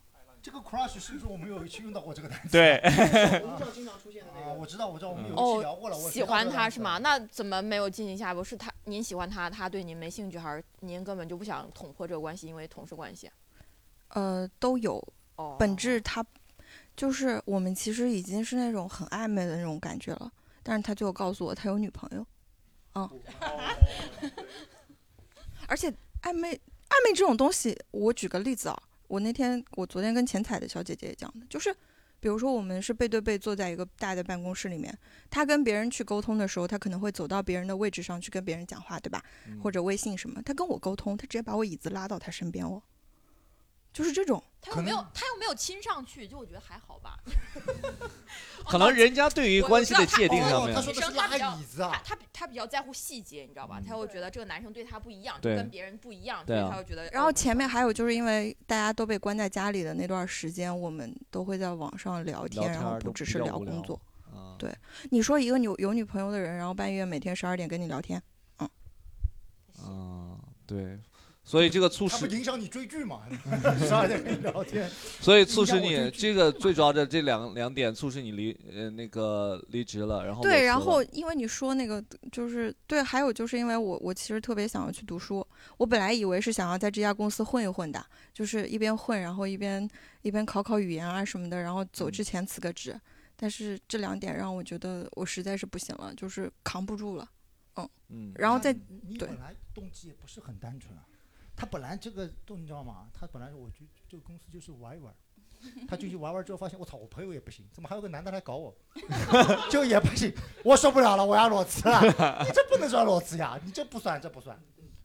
Speaker 2: 这个 crush 是不是我们有去用到过这个单词？
Speaker 3: 对，嗯
Speaker 7: 我们这样经常出现的那
Speaker 3: (laughs)
Speaker 7: 个。
Speaker 2: 啊，我知道，我知道，我们有一期聊
Speaker 4: 哦
Speaker 2: 过了。我，
Speaker 4: 喜欢他是吗？？那怎么没有进行下一步？是他您喜欢他，他对您没兴趣，还是您根本就不想捅破这个关系，因为同事关系？
Speaker 6: 呃都有
Speaker 4: 哦，
Speaker 6: 本质，他就是我们其实已经是那种很暧昧的那种感觉了，但是他最后告诉我他有女朋友，嗯，而且暧昧暧昧这种东西，我举个例子啊，我那天我昨天跟前彩的小姐姐也讲的，就是比如说我们是背对背坐在一个大的办公室里面，他跟别人去沟通的时候，他可能会走到别人的位置上去跟别人讲话，对吧？
Speaker 3: 嗯
Speaker 6: 或者微信什么，他跟我沟通，他直接把我椅子拉到他身边哦，就是这种。
Speaker 4: 他又没有，他又没有亲上去，就我觉得还好吧。哦
Speaker 3: 可能人家对于
Speaker 4: 我
Speaker 3: 关系的界定上
Speaker 2: 哦
Speaker 3: 面
Speaker 2: 他，说的是拉椅子
Speaker 4: 他
Speaker 2: 啊，
Speaker 4: 他比他比较在乎细节，你知道
Speaker 2: 嗯
Speaker 4: 吧？他会觉得这个男生对他不一样，就
Speaker 3: 对
Speaker 4: 跟别人不一样，所
Speaker 3: 对
Speaker 4: 以
Speaker 3: 啊
Speaker 4: 他会觉得。哦
Speaker 6: 然后前面还有就是因为大家都被关在家里的那段时间，我们都会在网上聊天，
Speaker 3: 天
Speaker 6: 然后
Speaker 3: 儿
Speaker 6: 不
Speaker 3: 都
Speaker 6: 只
Speaker 3: 比
Speaker 6: 是
Speaker 3: 较
Speaker 6: 聊
Speaker 3: 无聊
Speaker 6: 工作。
Speaker 3: 啊
Speaker 6: 对你说一个有有女朋友的人，然后半夜每天十二点跟你聊天，
Speaker 3: 啊，对，所以这个促
Speaker 2: 他不
Speaker 3: 使，
Speaker 2: 影响你追剧吗？ (laughs) 十二点跟你聊天，
Speaker 3: 所以促使
Speaker 2: 影响我
Speaker 3: 你
Speaker 2: 追剧
Speaker 3: 这个最主要的这两两点促使你离呃那个离职了，然后裸
Speaker 6: 对，
Speaker 3: 辞
Speaker 6: 然
Speaker 3: 了
Speaker 6: 后因为你说那个就是对，还有就是因为我我其实特别想要去读书，我本来以为是想要在这家公司混一混的，就是一边混，然后一边一边考考语言啊什么的，然后走
Speaker 3: 嗯
Speaker 6: 之前辞个职。但是这两点让我觉得我实在是不行了，就是扛不住了。
Speaker 3: 嗯，
Speaker 6: 然后再
Speaker 2: 你你
Speaker 6: 对
Speaker 2: 本来动机也不是很单纯啊，他本来这个都你知道吗？他本来我就这个公司就是玩一玩。他进去玩玩之后，发现我操，我朋友也不行，怎么还有个男的来搞我？ (laughs) 就也不行，我受不了了，我要裸辞了。 (laughs) 你这不能算裸辞呀，你这不算，这不算。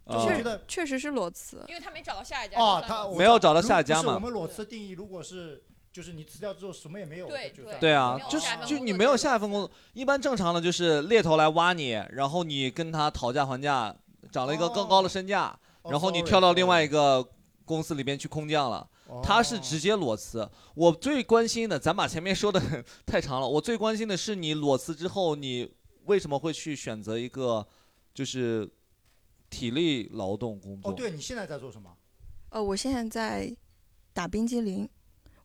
Speaker 3: 啊
Speaker 2: 就是觉得
Speaker 6: 确实是裸辞，
Speaker 4: 因为他没找到下一家
Speaker 2: 哦，
Speaker 4: 就算
Speaker 2: 他
Speaker 4: 了
Speaker 2: 我
Speaker 3: 没有找到
Speaker 2: 如
Speaker 3: 下家
Speaker 2: 不是
Speaker 3: 嘛
Speaker 2: 我们裸辞定义如果是就是你辞掉之后什么也没有，
Speaker 4: 对
Speaker 2: 就算哦
Speaker 3: 对啊
Speaker 4: 没，有
Speaker 3: 就是
Speaker 4: 下一份
Speaker 3: 就
Speaker 4: 工
Speaker 3: 你
Speaker 4: 作
Speaker 3: 没
Speaker 4: 就
Speaker 3: 有
Speaker 4: 是
Speaker 3: 下一份工作，一般正常的就是猎头来挖你，然后你跟他讨价还价，涨了一个更高的身价，
Speaker 2: 哦
Speaker 3: 然后你
Speaker 2: sorry，
Speaker 3: 跳到另外一
Speaker 2: sorry
Speaker 3: 个公司里边去空降了。
Speaker 2: 哦
Speaker 3: 他是直接裸辞。我最关心的，咱把前面说的 (laughs) 太长了，我最关心的是你裸辞之后，你为什么会去选择一个就是体力劳动工作？
Speaker 2: 哦，对你现在在做什么？
Speaker 3: 哦
Speaker 6: 呃，我现在在打冰激凌，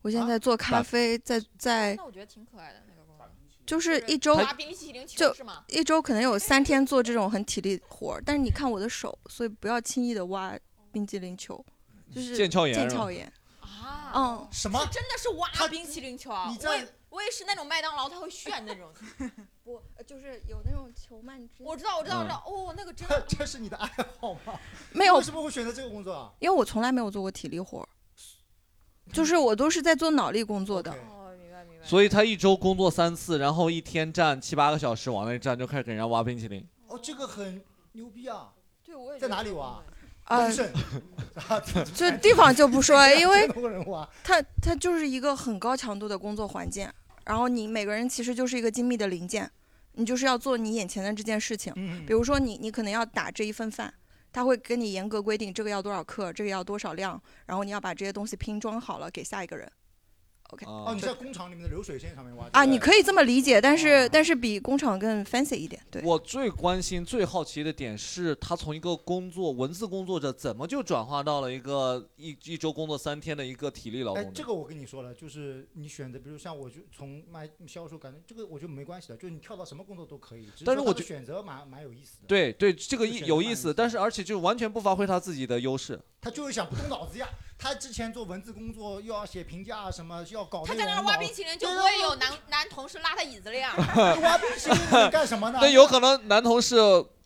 Speaker 6: 我现
Speaker 2: 啊
Speaker 6: 在在做咖
Speaker 3: 打
Speaker 6: 啡，在在
Speaker 4: 那我觉得挺可爱的那个工作，
Speaker 6: 就是一周
Speaker 4: 抓冰淇淋球
Speaker 6: 就是
Speaker 4: 吗？
Speaker 6: 一周可能有三天做这种很体力活儿，但是你看我的手，所以不要轻易的挖冰激凌球，就是
Speaker 3: 腱鞘炎
Speaker 6: 腱
Speaker 3: 是吗
Speaker 6: 鞘炎。
Speaker 4: 啊，
Speaker 6: 嗯，
Speaker 2: 什
Speaker 4: 这
Speaker 2: 么？ (laughs)
Speaker 4: 真的是
Speaker 2: 他
Speaker 4: 挖冰淇淋球啊！
Speaker 2: 你
Speaker 4: 我
Speaker 2: 在
Speaker 4: 以我也是那种麦当劳他会炫那
Speaker 6: (laughs)
Speaker 4: 种，
Speaker 6: 不，就是有那种球慢之
Speaker 4: 我知道，我知道，我知道，
Speaker 2: 嗯
Speaker 4: 哦，那个
Speaker 2: (laughs)
Speaker 4: 真的
Speaker 2: 这是你的爱好吗？
Speaker 6: 没有
Speaker 2: 为，什么会选择这个工作啊？
Speaker 6: 因为我从来没有做过体力活儿，就是我都是在做脑力工作的。
Speaker 2: OK
Speaker 4: 哦，明白明白。
Speaker 3: 所以他一周工作三次，然后一天站七八个小时往那站，就开始给人家挖冰淇淋。
Speaker 2: 哦，这个很牛逼啊！
Speaker 4: 对我也
Speaker 2: 在
Speaker 4: 觉得
Speaker 2: 哪里
Speaker 4: 这个
Speaker 2: 挖
Speaker 4: 工作
Speaker 6: 呃
Speaker 2: 丰，盛啊，自己
Speaker 6: 就
Speaker 3: 哎
Speaker 6: 地方就
Speaker 3: (laughs)
Speaker 6: 不说，因为
Speaker 2: 真的会有人挖
Speaker 6: 它它就是一个很高强度的工作环境，然后你每个人其实就是一个精密的零件，你就是要做你眼前的这件事情。
Speaker 2: 嗯
Speaker 6: 比如说你你可能要打这一份饭，他会跟你严格规定这个要多少克，这个要多少量，然后你要把这些东西拼装好了给下一个人。
Speaker 2: 哦，
Speaker 3: 啊
Speaker 2: 你，在工厂里面的流水线上面挖
Speaker 6: 啊，
Speaker 2: 对哦
Speaker 6: 你可以这么理解，但是但是比工厂更 fancy 一点，对。
Speaker 3: 我最关心、最好奇的点是，他从一个工作文字工作者，怎么就转化到了一个一一周工作三天的一个体力劳
Speaker 2: 哎
Speaker 3: 动，
Speaker 2: 这
Speaker 3: 者？
Speaker 2: 个我跟你说了，就是你选择，比如像我就从卖销售，感觉这个我觉得没关系的，就是你跳到什么工作都可以。只
Speaker 3: 但
Speaker 2: 是
Speaker 3: 是
Speaker 2: 说
Speaker 3: 我
Speaker 2: 他的
Speaker 3: 觉
Speaker 2: 选择蛮蛮有意思的，
Speaker 3: 对对，这个
Speaker 2: 就
Speaker 3: 意
Speaker 2: 选择
Speaker 3: 有
Speaker 2: 慢
Speaker 3: 意
Speaker 2: 一
Speaker 3: 思，
Speaker 2: 些
Speaker 3: 但是而且就完全不发挥他自己的优势。
Speaker 2: 他就是想不动脑子呀。他之前做文字工作，又要写评价啊什么，又要搞
Speaker 4: 他
Speaker 2: 内
Speaker 4: 在那儿
Speaker 2: 容啊
Speaker 4: 挖
Speaker 2: 搞
Speaker 4: 冰淇淋，就不会有男
Speaker 2: (laughs)
Speaker 4: 男同事拉他椅子了呀？
Speaker 2: 挖冰淇淋
Speaker 4: (laughs)
Speaker 2: 干什么呢？
Speaker 3: 那有可能男同事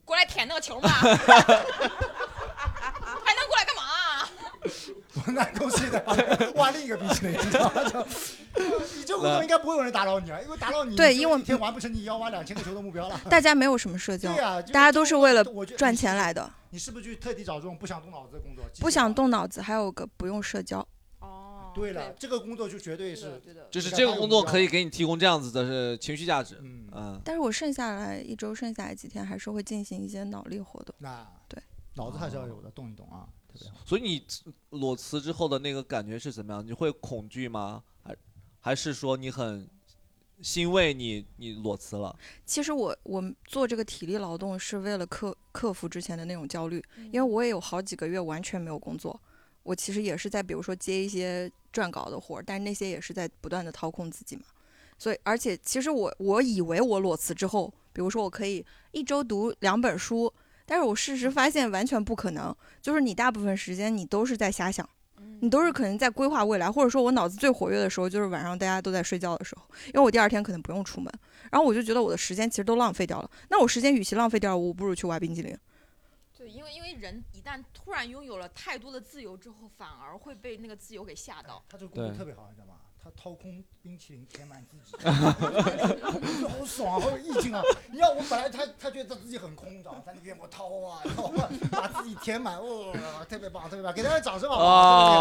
Speaker 4: 过来舔那个球
Speaker 2: (laughs)
Speaker 4: 嘛？ (laughs) 还能过来干嘛啊？
Speaker 2: 我拿东西的，挖另一个冰淇淋，你知道吗？就你这工作应该不会有人打扰你啊，因为打扰你，
Speaker 6: 对
Speaker 2: 你
Speaker 6: 因为我
Speaker 2: 一天完不成你要挖两千个球的目
Speaker 6: (laughs)
Speaker 2: 标了。
Speaker 6: 大家没有什么社交
Speaker 2: 对，呀、就
Speaker 6: 大家都是为了
Speaker 2: 我觉得
Speaker 6: 赚钱来的，
Speaker 2: 你是不是去特地找这种不想动脑子的工作？
Speaker 6: 不想。动脑子，还有个不用社交。
Speaker 4: 哦，
Speaker 2: 对了，，这个工作就绝
Speaker 4: 对的
Speaker 2: 对是，
Speaker 4: 对的。
Speaker 3: 就是
Speaker 2: 比
Speaker 3: 这
Speaker 2: 较
Speaker 3: 个
Speaker 2: 大
Speaker 3: 工
Speaker 2: 有
Speaker 3: 作
Speaker 2: 目标
Speaker 3: 可以给你提供这样子的是情绪价值，
Speaker 2: 嗯，
Speaker 3: 嗯，
Speaker 6: 但是我剩下来一周，剩下来几天还是会进行一些脑力活动。
Speaker 2: 那
Speaker 6: 对，
Speaker 2: 脑子还是要有的，动一动啊，特别好。
Speaker 3: 所以你裸辞之后的那个感觉是怎么样？你会恐惧吗？还还是说你很欣慰你你裸辞
Speaker 2: (laughs)
Speaker 3: 了？
Speaker 6: 其实我我做这个体力劳动是为了克克服之前的那种焦虑，
Speaker 4: 嗯
Speaker 6: 因为我也有好几个月完全没有工作，我其实也是在比如说接一些撰稿的活儿，但那些也是在不断的掏空自己嘛。所以，而且其实我我以为我裸辞之后，比如说我可以一周读两本书，但是我事实发现完全不可能，就是你大部分时间你都是在瞎想。
Speaker 4: 嗯
Speaker 6: 你都是可能在规划未来，或者说我脑子最活跃的时候就是晚上大家都在睡觉的时候，因为我第二天可能不用出门，然后我就觉得我的时间其实都浪费掉了。那我时间与其浪费掉了，我不如去挖冰激凌。
Speaker 4: 就一因为因为人一旦突然拥有了太多的自由之后，反而会被那个自由给吓到。
Speaker 2: 他这个工
Speaker 3: 对
Speaker 2: 作特别好，你知道吗？他掏空冰淇淋填满自
Speaker 3: (laughs)
Speaker 2: 己，好爽，好有意境啊！你让我本来他他觉得他自己很空的，在那边我掏啊，然后把自己填满，哦，特别棒，特别棒，给大家掌声好不好？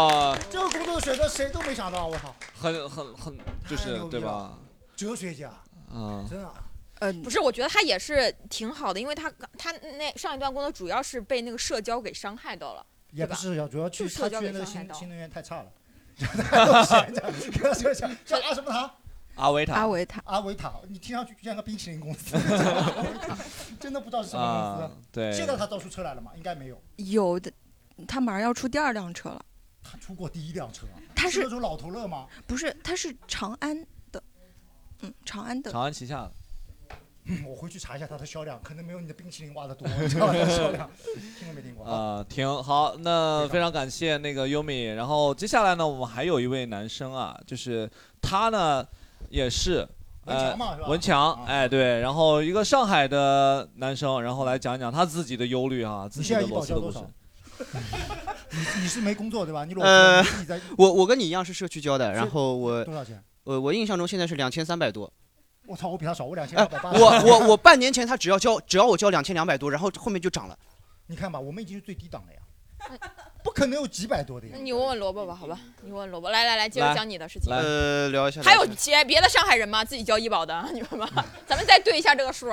Speaker 3: 啊，
Speaker 2: 这个工作选择谁都没想到，我操，
Speaker 3: 很很很，就
Speaker 2: 太
Speaker 3: 是
Speaker 2: 牛逼
Speaker 3: 对
Speaker 2: 了
Speaker 3: 吧？
Speaker 2: 哲学家，
Speaker 3: 啊，
Speaker 2: 真的。
Speaker 6: 嗯
Speaker 4: 不，是，我觉得他也是挺好的，因为他他那上一段工作主要是被那个社交给伤害到了。
Speaker 2: 也不
Speaker 4: 对吧
Speaker 2: 是要，主要去
Speaker 4: 就
Speaker 2: 他
Speaker 4: 社
Speaker 2: 去
Speaker 4: 交
Speaker 2: 那
Speaker 4: 给伤
Speaker 2: 个
Speaker 4: 害
Speaker 2: 新
Speaker 4: 到
Speaker 2: 新能源太差了， (laughs) 都闲着，跟他想叫阿什么塔
Speaker 3: 阿维
Speaker 6: 阿
Speaker 3: 塔，
Speaker 6: 维塔，
Speaker 2: 阿维塔，你听上去就像个冰淇淋公
Speaker 3: (laughs)
Speaker 2: 司， (laughs) 真的不知道是什么公
Speaker 3: 啊
Speaker 2: 司。，
Speaker 8: 哎
Speaker 3: 对，
Speaker 2: 现在他造出车来了吗？应该没有，
Speaker 6: 有的，他马上要出第二辆车了。
Speaker 2: 他出过第一辆车，
Speaker 6: 他
Speaker 2: 是那
Speaker 6: 是
Speaker 2: 种老头乐吗？
Speaker 6: 不是他是长安的？嗯，长安的。
Speaker 3: 长安旗下的，
Speaker 2: 嗯我回去查一下它的销量，可能没有你的冰淇淋挖的多，你知道吗？销量听都没听过啊。
Speaker 3: 啊，停，好，那
Speaker 2: 非常
Speaker 3: 非常感谢那个优米。然后接下来呢，我们还有一位男生啊，就是他呢也是。
Speaker 2: 文
Speaker 3: 呃
Speaker 2: 强嘛是吧
Speaker 3: 文强
Speaker 2: 啊，
Speaker 3: 哎，对，然后一个上海的男生，然后来讲一讲他自己的忧虑啊，自
Speaker 2: 你
Speaker 3: 己
Speaker 2: 现
Speaker 3: 的
Speaker 2: 在医
Speaker 3: 裸
Speaker 2: 保
Speaker 3: 辞
Speaker 2: 交
Speaker 3: 的故
Speaker 2: 多
Speaker 3: 事
Speaker 2: 少。？你你是没工作对吧？你裸
Speaker 8: 呃
Speaker 2: 辞，你自己在
Speaker 8: 我我跟你一样是社区交的，然后我
Speaker 2: 多少钱？
Speaker 8: 呃我印象中现在是两千三百多，
Speaker 2: 我操，我比他少，我两千
Speaker 8: 哎
Speaker 2: 八百八。
Speaker 8: 我我我半年前他只要交只要我交两千两百多，然后后面就涨了。
Speaker 2: 你看吧，我们已经是最低档了呀，不可能有几百多的呀
Speaker 4: 那。你问问萝卜吧，好吧？你问问萝卜，来来来，接着
Speaker 3: 来
Speaker 4: 讲你的事情
Speaker 3: 来。
Speaker 8: 呃，聊一下。
Speaker 4: 还有
Speaker 8: 聊一下
Speaker 4: 别别的上海人吗？自己交医保的，你们吗？ (laughs) 咱们再对一下这个数。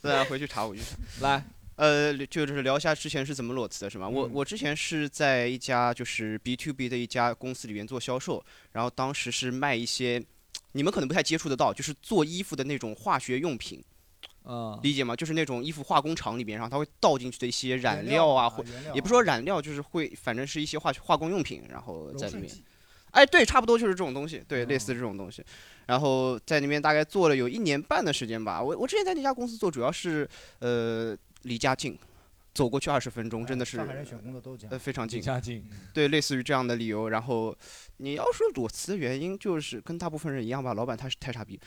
Speaker 8: 大家回去查，我去查。
Speaker 3: 来，嗯
Speaker 8: 呃，就是聊一下之前是怎么裸辞的，是吗？我我之前是在一家就是 B to B 的一家公司里面做销售，然后当时是卖一些你们可能不太接触得到，就是做衣服的那种化学用品，
Speaker 3: 嗯，
Speaker 8: 理解吗？就是那种衣服化工厂里面，然后它会倒进去的一些染
Speaker 2: 料
Speaker 8: 料啊，
Speaker 2: 嘛
Speaker 8: 或
Speaker 2: 原料
Speaker 8: 也不说染料，就是会反正是一些化化工用品，然后
Speaker 2: 柔
Speaker 8: 在里
Speaker 2: 顺
Speaker 8: 面。
Speaker 2: 剂
Speaker 8: 哎，对，差不多就是这种东西，对，类
Speaker 2: 哦
Speaker 8: 似这种东西。然后在那边大概做了有一年半的时间吧。我我之前在那家公司做，主要是呃离家近，走过去二十分钟，真的是
Speaker 2: 啊哎上海人选工作都是这
Speaker 8: 呃
Speaker 2: 样。
Speaker 8: 非常
Speaker 3: 李
Speaker 8: 近。
Speaker 3: 佳静，
Speaker 8: 对，类似于这样的理由。然后你要说裸辞的原因，就是跟大部分人一样吧，老板他是太傻逼，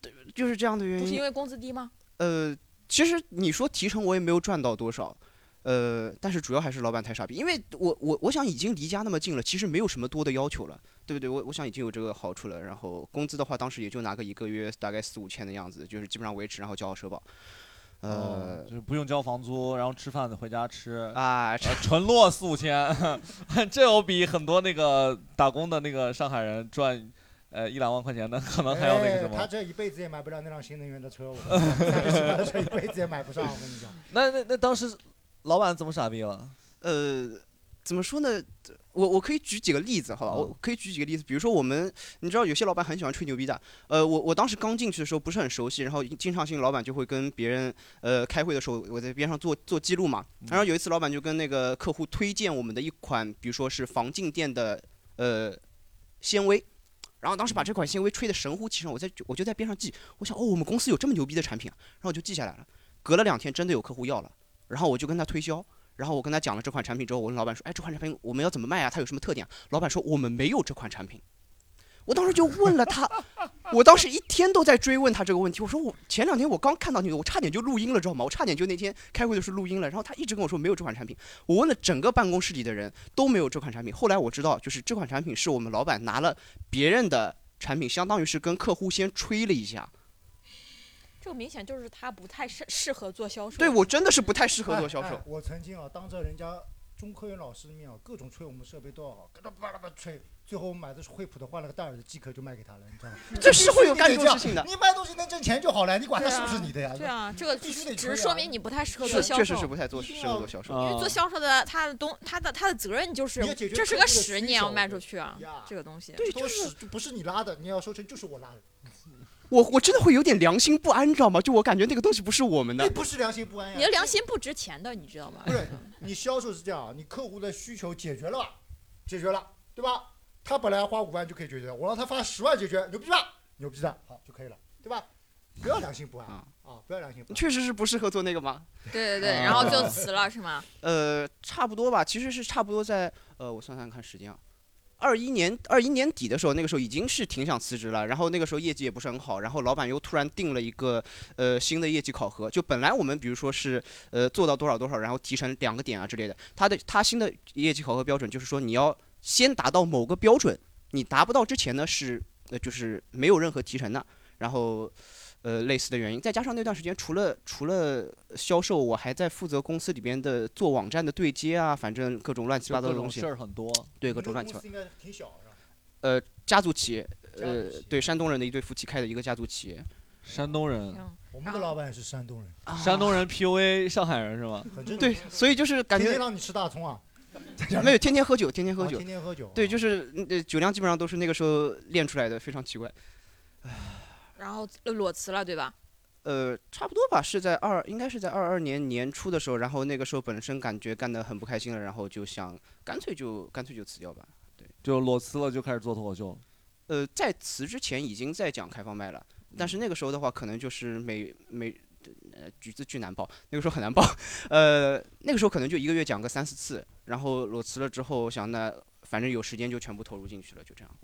Speaker 8: 对，就是这样的原
Speaker 4: 不是因
Speaker 8: 因。
Speaker 4: 为工资低吗？
Speaker 8: 呃，其实你说提成我也没有赚到多少。呃，但是主要还是老板太傻逼，因为我我我想已经离家那么近了，其实没有什么多的要求了，对不对？我我想已经有这个好处了。然后工资的话，当时也就拿个一个月大概四五千的样子，就是基本上维持，然后交好社保。
Speaker 3: 哦
Speaker 8: 呃，
Speaker 3: 就是不用交房租，然后吃饭回家吃，
Speaker 8: 啊，
Speaker 3: 呃，纯落四五千， (laughs) 这有比很多那个打工的那个上海人赚，呃一两万块钱的，可能还要那个什
Speaker 2: 哎他
Speaker 3: 么。
Speaker 2: 这一辈子也买不了那辆新能源的车，
Speaker 8: (laughs)
Speaker 2: 我跟你讲 (laughs) 这一辈子也买不上，我跟你讲。
Speaker 3: 那那那当时老板怎么傻逼了？
Speaker 8: 呃，怎么说呢？我我可以举几个例子，好吧？
Speaker 3: 嗯
Speaker 8: 我可以举几个例子，比如说我们，你知道有些老板很喜欢吹牛逼的。呃，我我当时刚进去的时候不是很熟悉，然后经常性老板就会跟别人呃开会的时候，我在边上做做记录嘛。然后有一次老板就跟那个客户推荐我们的一款，比如说是防静电的呃纤维。然后当时把这款纤维吹得神乎其神，我在我就在边上记，我想哦，我们公司有这么牛逼的产品啊，然后我就记下来了。隔了两天，真的有客户要了，然后我就跟他推销，然后我跟他讲了这款产品之后，我跟老板说，哎，这款产品我们要怎么卖啊？它有什么特点啊、老板说我们没有这款产品。我当时就问了他，我当时一天都在追问他这个问题。我说我前两天我刚看到你，我差点就录音了，知道吗？我差点就那天开会的时候录音了。然后他一直跟我说没有这款产品，我问了整个办公室里的人都没有这款产品。后来我知道，就是这款产品是我们老板拿了别人的产品，相当于是跟客户先吹了一下。
Speaker 4: 这个明显就是他不太适适合做销售。
Speaker 8: 对我真的是不太适合做销
Speaker 2: 哎
Speaker 8: 售
Speaker 2: 哎。我曾经啊，当着人家中科院老师的面啊，各种吹我们设备多好，跟他叭叭叭吹。最后我买的是惠普的，换了个戴尔的机壳就卖给他了，你知道吗？
Speaker 8: 这是会有干这种事情的
Speaker 2: 你卖东西能挣钱就好了，你管它是不是你的呀？
Speaker 4: 对啊，这个
Speaker 2: 必须得
Speaker 4: 只
Speaker 2: 吹
Speaker 4: 是
Speaker 2: 啊
Speaker 4: 说明你不太适合做
Speaker 8: 是
Speaker 4: 销
Speaker 8: 确
Speaker 4: 售。
Speaker 8: 实是不太做
Speaker 2: 一定
Speaker 8: 适合
Speaker 2: 要
Speaker 8: 做销售。
Speaker 4: 因为做
Speaker 3: 啊
Speaker 4: 销售的，他的东，他的他的责任就是
Speaker 2: 你要解，决
Speaker 4: 这是
Speaker 2: 客户
Speaker 4: 个
Speaker 2: 的需
Speaker 4: 屎，你也要
Speaker 2: 求
Speaker 4: 卖出去啊
Speaker 2: 呀，
Speaker 4: 这个东西。
Speaker 8: 对，
Speaker 2: 都是就不是你拉的，你要收成就是我拉的。
Speaker 8: 我我真的会有点良心不安，你知道吗？就我感觉那个东西不是我们
Speaker 2: 那
Speaker 8: 的。
Speaker 2: 不是良心不安呀！
Speaker 4: 你的良心不值钱的，你知道吗
Speaker 2: 不？是你销售是这样，啊你客户的需求解决了吧？解决了，对吧？他本来花五万就可以解决，我让他发十万解决，牛逼吧？牛逼的，好就可以了，对吧？不要良心不安
Speaker 8: 啊
Speaker 2: 啊！不要良心不安。
Speaker 8: 确实是不适合做那个吗？
Speaker 4: 对对对，然后就辞了是吗？
Speaker 8: 呃，差不多吧，其实是差不多在呃，我算算看时间啊，二一年二一年底的时候，那个时候已经是挺想辞职了，然后那个时候业绩也不是很好，然后老板又突然定了一个呃新的业绩考核，就本来我们比如说是呃做到多少多少，然后提成两个点啊之类的，他的他新的业绩考核标准就是说你要先达到某个标准，你达不到之前呢是呃就是没有任何提成的，然后。呃，类似的原因，再加上那段时间，除了除了销售，我还在负责公司里边的做网站的对接啊，反正各种乱七八糟
Speaker 3: 各
Speaker 8: 的
Speaker 3: 种
Speaker 8: 东西
Speaker 3: 事。儿很多。
Speaker 8: 对，各
Speaker 2: 你
Speaker 8: 种
Speaker 2: 们
Speaker 8: 乱七
Speaker 2: 公
Speaker 8: 八
Speaker 2: 司应该挺小是吧？
Speaker 8: 呃，家族企业，
Speaker 2: 家
Speaker 8: 呃
Speaker 2: 族企业，
Speaker 8: 对，山东人的一对夫妻开的一个家族企业。
Speaker 3: 山东人，
Speaker 4: 嗯
Speaker 2: 我们的老板也是山东人，
Speaker 3: 山东人 PUA 上海人是吗？
Speaker 2: 很正常。
Speaker 8: 对，所以就是感
Speaker 2: 天天
Speaker 8: 觉
Speaker 2: 让你吃大葱啊，
Speaker 8: 没有天天喝酒，天天喝
Speaker 2: 啊
Speaker 8: 酒
Speaker 2: 天。天喝酒。
Speaker 8: 对，就是嗯呃酒量基本上都是那个时候练出来的，非常奇怪。
Speaker 4: 然后裸辞了，对吧？
Speaker 8: 呃，差不多吧，是在二，应该是在二二年年初的时候，然后那个时候本身感觉干得很不开心了，然后就想干脆就干脆就辞掉吧。
Speaker 3: 就裸辞了就开始做脱口秀了。
Speaker 8: 呃，在辞之前已经在讲开放麦了，但是那个时候的话，可能就是每每呃橘子巨难报，那个时候很难报，呃，那个时候可能就一个月讲个三四次，然后裸辞了之后，想那反正有时间就全部投入进去了，就这样。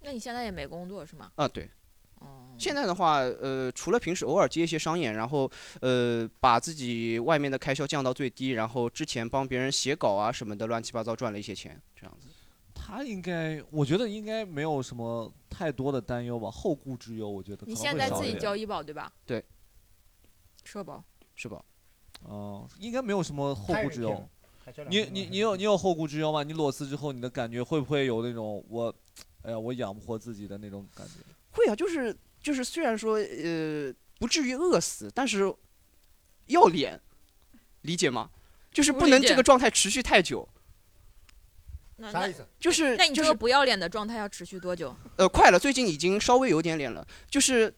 Speaker 4: 那你现在也没工作是吗？
Speaker 8: 啊，对，
Speaker 4: 哦、
Speaker 8: 现在的话，呃，除了平时偶尔接一些商演，然后呃，把自己外面的开销降到最低，然后之前帮别人写稿啊什么的，乱七八糟赚了一些钱，这样子。
Speaker 3: 他应该，我觉得应该没有什么太多的担忧吧，后顾之忧，我觉得可
Speaker 4: 你
Speaker 3: 能
Speaker 4: 现
Speaker 3: 会
Speaker 4: 在
Speaker 3: 少
Speaker 4: 自
Speaker 3: 一
Speaker 4: 己
Speaker 3: 点
Speaker 4: 交医保对吧？
Speaker 8: 对，
Speaker 4: 社保。
Speaker 8: 是吧？
Speaker 3: 哦，应该没有什么后
Speaker 2: 太
Speaker 3: 顾
Speaker 2: 有
Speaker 3: 之
Speaker 2: 钱
Speaker 3: 忧
Speaker 2: 了。还交两
Speaker 3: 你
Speaker 2: 千
Speaker 3: 你
Speaker 2: 块
Speaker 3: 你
Speaker 2: 钱
Speaker 3: 有你有后顾之忧吗？你裸辞之后，你的感觉会不会有那种我，哎呀，我养不活自己的那种感觉？
Speaker 8: 会啊，就是就是，虽然说呃不至于饿死，但是要脸，理解吗？就是
Speaker 4: 我
Speaker 8: 不
Speaker 4: 理
Speaker 8: 能
Speaker 4: 解
Speaker 8: 这个状态持续太久，
Speaker 4: 那
Speaker 2: 啥
Speaker 4: 那
Speaker 2: 意思？
Speaker 8: 就是
Speaker 4: 那你这
Speaker 8: 就
Speaker 4: 个
Speaker 8: 是
Speaker 4: 不要脸的状态要持续多久？
Speaker 8: 呃快了，最近已经稍微有点脸了，就是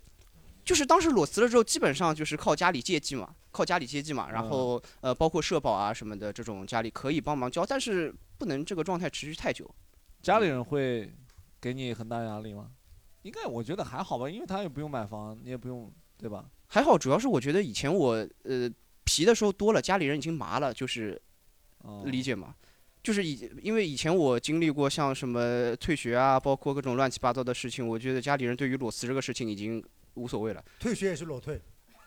Speaker 8: 就是当时裸辞了之后，基本上就是靠家里接济嘛，靠家里接济嘛，然后呃包括社保啊什么的这种家里可以帮忙交，但是不能这个状态持续太久。
Speaker 3: 家里人会给你很大压力吗？应该我觉得还好吧，因为他也不用买房，你也不用对吧？
Speaker 8: 还好，主要是我觉得以前我呃皮的时候多了，家里人已经麻了，就是
Speaker 3: 哦
Speaker 8: 理解吗？就是以因为以前我经历过像什么退学啊，包括各种乱七八糟的事情，我觉得家里人对于裸辞这个事情已经无所谓了。
Speaker 2: 退学也是裸退，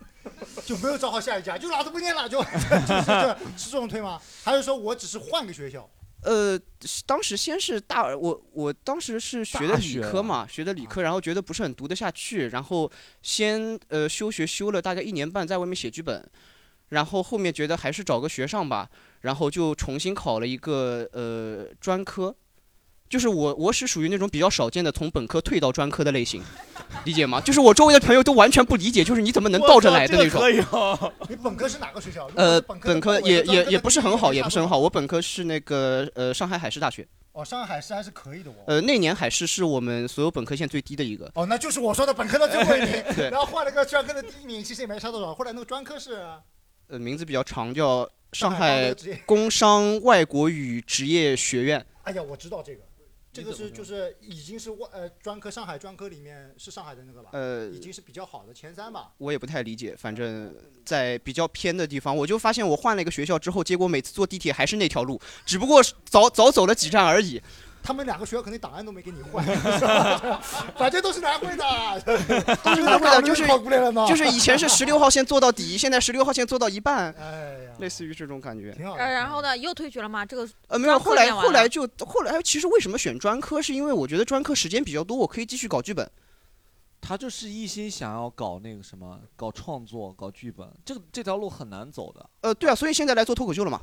Speaker 2: (laughs) 就没有找好下一家，就老子不念了，就 (laughs) 就是这是这种退吗？还是说我只是换个学校？
Speaker 8: 呃，是当时先是大二，我我当时是学的
Speaker 3: 大
Speaker 8: 理
Speaker 3: 学啊
Speaker 8: 科嘛，学的理科，然后觉得不是很读得下去，然后先呃休学休了大概一年半，在外面写剧本，然后后面觉得还是找个学上吧，然后就重新考了一个呃专科，就是我我是属于那种比较少见的从本科退到专科的类型，理解吗？就是我周围的朋友都完全不理解，就是你怎么能倒着来的那种。 (laughs)
Speaker 2: (laughs) 你本科是哪个学校？如果
Speaker 8: 呃，
Speaker 2: 是本
Speaker 8: 本科
Speaker 2: 的话我
Speaker 8: 也
Speaker 2: 就知道
Speaker 8: 也
Speaker 2: 这
Speaker 8: 也
Speaker 2: 个
Speaker 8: 不是
Speaker 2: 跟
Speaker 8: 很好，
Speaker 2: 这个
Speaker 8: 也
Speaker 2: 差不
Speaker 8: 不是很
Speaker 2: 多
Speaker 8: 好。我本科是那个呃上海海事大学。
Speaker 2: 哦，上海师还是可以的哦。
Speaker 8: 呃，那年海事是我们所有本科线最低的一个。
Speaker 2: 哦，那就是我说的本科的最后一名，
Speaker 8: (laughs) 对
Speaker 2: (laughs) 然后换了个专科的第一名，其实也没差多少。后来那个专科是
Speaker 8: 呃，名字比较长，叫上
Speaker 2: 大
Speaker 8: 海
Speaker 2: 学职业。
Speaker 8: 工商外国语职业学院。
Speaker 2: 哎呀，我知道这个，这个
Speaker 3: 你怎么
Speaker 2: 是
Speaker 3: 知道
Speaker 2: 就是已经是外呃专科上海专科里面是上海的那个吧，
Speaker 8: 呃，
Speaker 2: 已经是比较好的前三吧。
Speaker 8: 我也不太理解，反正在比较偏的地方，我就发现我换了一个学校之后，结果每次坐地铁还是那条路，只不过是早早走了几站而已。
Speaker 2: 他们两个学校可能档案都没给你换， (laughs) 是吧反正都是南汇的， (laughs) 都是南汇的，
Speaker 8: 就是
Speaker 2: 跑过来了呢。
Speaker 8: 就是以前
Speaker 2: (laughs)
Speaker 8: 是十六号线坐到底，现在十六号线坐到一半，
Speaker 2: 哎呀，
Speaker 8: 类似于这种感觉。
Speaker 2: 挺好的。
Speaker 4: 呃，然后呢，又退学了吗？这个
Speaker 8: 呃，没有，
Speaker 4: 专科
Speaker 8: 后来
Speaker 4: 念完
Speaker 8: 后来
Speaker 4: 了
Speaker 8: 就后来，其实为什么选专科，是因为我觉得专科时间比较多，我可以继续搞剧本。
Speaker 3: 他就是一心想要搞那个什么，搞创作，搞剧本，这个这条路很难走的。
Speaker 8: 呃，对啊，所以现在来做脱口秀了嘛。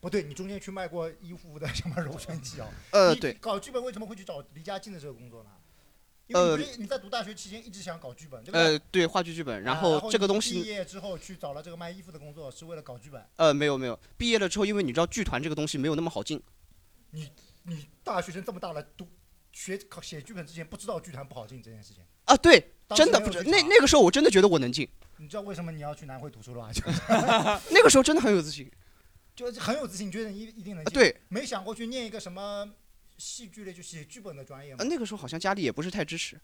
Speaker 2: 不对，你中间去卖过医护的什么
Speaker 8: (laughs)
Speaker 2: 柔顺剂啊？
Speaker 8: 呃，
Speaker 2: 你
Speaker 8: 对。
Speaker 2: 搞剧本为什么会去找离家近的这个工作呢？因为你不
Speaker 8: 呃
Speaker 2: 是你在读大学期间一直想搞剧本，对不对？
Speaker 8: 呃，对，话剧剧本。然
Speaker 2: 啊
Speaker 8: 后这个
Speaker 2: 你
Speaker 8: 东
Speaker 2: 毕
Speaker 8: 西，
Speaker 2: 业之后去找了这个卖衣服的工作，是为了搞剧本。
Speaker 8: 呃，没有没有，毕业了之后，因为你知道剧团这个东西没有那么好进，
Speaker 2: 你大学生这么大了，读学考写剧本之前不知道剧团不好进这件事情，
Speaker 8: 啊，对，
Speaker 2: 当时
Speaker 8: 真的
Speaker 2: 没
Speaker 8: 不
Speaker 2: 有
Speaker 8: 知
Speaker 2: 去
Speaker 8: 那
Speaker 2: 查
Speaker 8: 那个时候我真的觉得我能进，
Speaker 2: 你知道为什么你要去南汇读书了吧？ (laughs) 就
Speaker 8: 那个时候真的很有自信。
Speaker 2: 就是很有自信，觉得你一一定能
Speaker 8: 啊，
Speaker 2: 进。，
Speaker 8: 对，
Speaker 2: 没想过去念一个什么戏剧类，就写剧本的专业嘛
Speaker 8: 呃，。那个时候好像家里也不是太支持。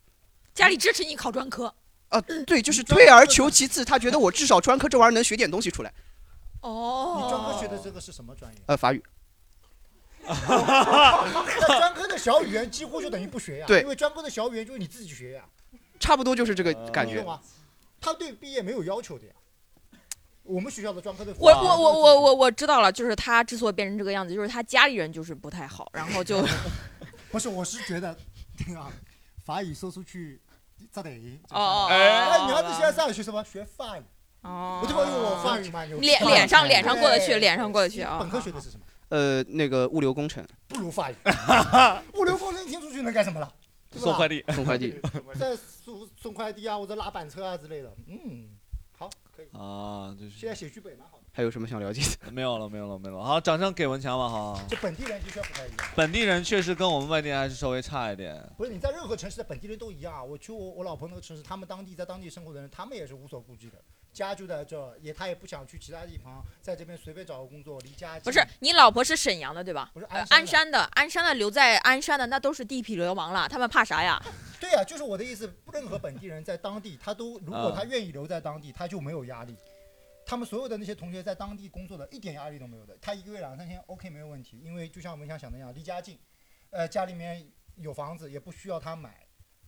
Speaker 4: 家里支持你考专科。
Speaker 8: 啊，对，就是
Speaker 2: 嗯专
Speaker 8: 退而
Speaker 2: 科
Speaker 8: 求其次，他觉得我至少专科这玩意儿能学点东西出来。
Speaker 2: 你专
Speaker 4: 哦，
Speaker 2: 科学的这个是什么专业？
Speaker 8: 呃，法语，
Speaker 2: 那专科的小语言几乎就等于不学呀，
Speaker 8: 对
Speaker 2: 因为专科的小语言就是你自己学呀，
Speaker 8: 差不多就是这个
Speaker 5: 呃
Speaker 8: 感
Speaker 2: 你
Speaker 8: 觉
Speaker 2: 懂。吗？他对毕业没有要求的呀。我们学校的专科的，
Speaker 4: 我我我我我我知道了，就是他之所以变成这个样子，就是他家里人就是不太好，然后就哦
Speaker 2: 不是，我是觉得，啊，法语说出去咋得赢？
Speaker 4: 哦哦
Speaker 2: 哎，你儿子
Speaker 4: 哦
Speaker 2: 现在上学什么？学法语，
Speaker 4: 哦，
Speaker 2: 我就问我法语嘛，
Speaker 4: 脸脸上脸上过得去，
Speaker 2: 对
Speaker 4: 脸上过得去啊
Speaker 2: 本。科学的是什么？
Speaker 8: 呃，那个物流工程
Speaker 2: 不如法语。物流工程听出去能干什么了？对吧
Speaker 3: 送快递。
Speaker 8: 送快递，
Speaker 2: 在送送快递啊，或者拉板车啊之类的。嗯，好，可以。
Speaker 3: 啊，就
Speaker 2: 现
Speaker 3: 是
Speaker 2: 在写剧本蛮好的，
Speaker 8: 还有什么想了解的？
Speaker 3: 没有了，没有了，没有了。好，掌声给文强吧。好，
Speaker 2: 就本地人的确不太一样。
Speaker 3: 本地人确实跟我们外地人还是稍微差一点。
Speaker 2: 不是你在任何城市的本地人都一样啊。我去我我老婆那个城市，他们当地在当地生活的人，他们也是无所顾忌的，家就在这，也他也不想去其他地方，在这边随便找个工作，离家近
Speaker 4: 不是你老婆是沈阳的对吧？
Speaker 2: 不是
Speaker 4: 呃
Speaker 2: 鞍
Speaker 4: 鞍
Speaker 2: 山的
Speaker 4: 山的，鞍山的留在鞍山的那都是地痞流氓了，他们怕啥呀？
Speaker 2: 对呀、就是我的意思，任何本地人在当地，他都如果
Speaker 3: 啊
Speaker 2: 他愿意留在当地，他就没有压力。他们所有的那些同学在当地工作的，一点压力都没有的。他一个月两三千，OK 没有问题，因为就像我们想想的那样，离家近，呃，家里面有房子，也不需要他买，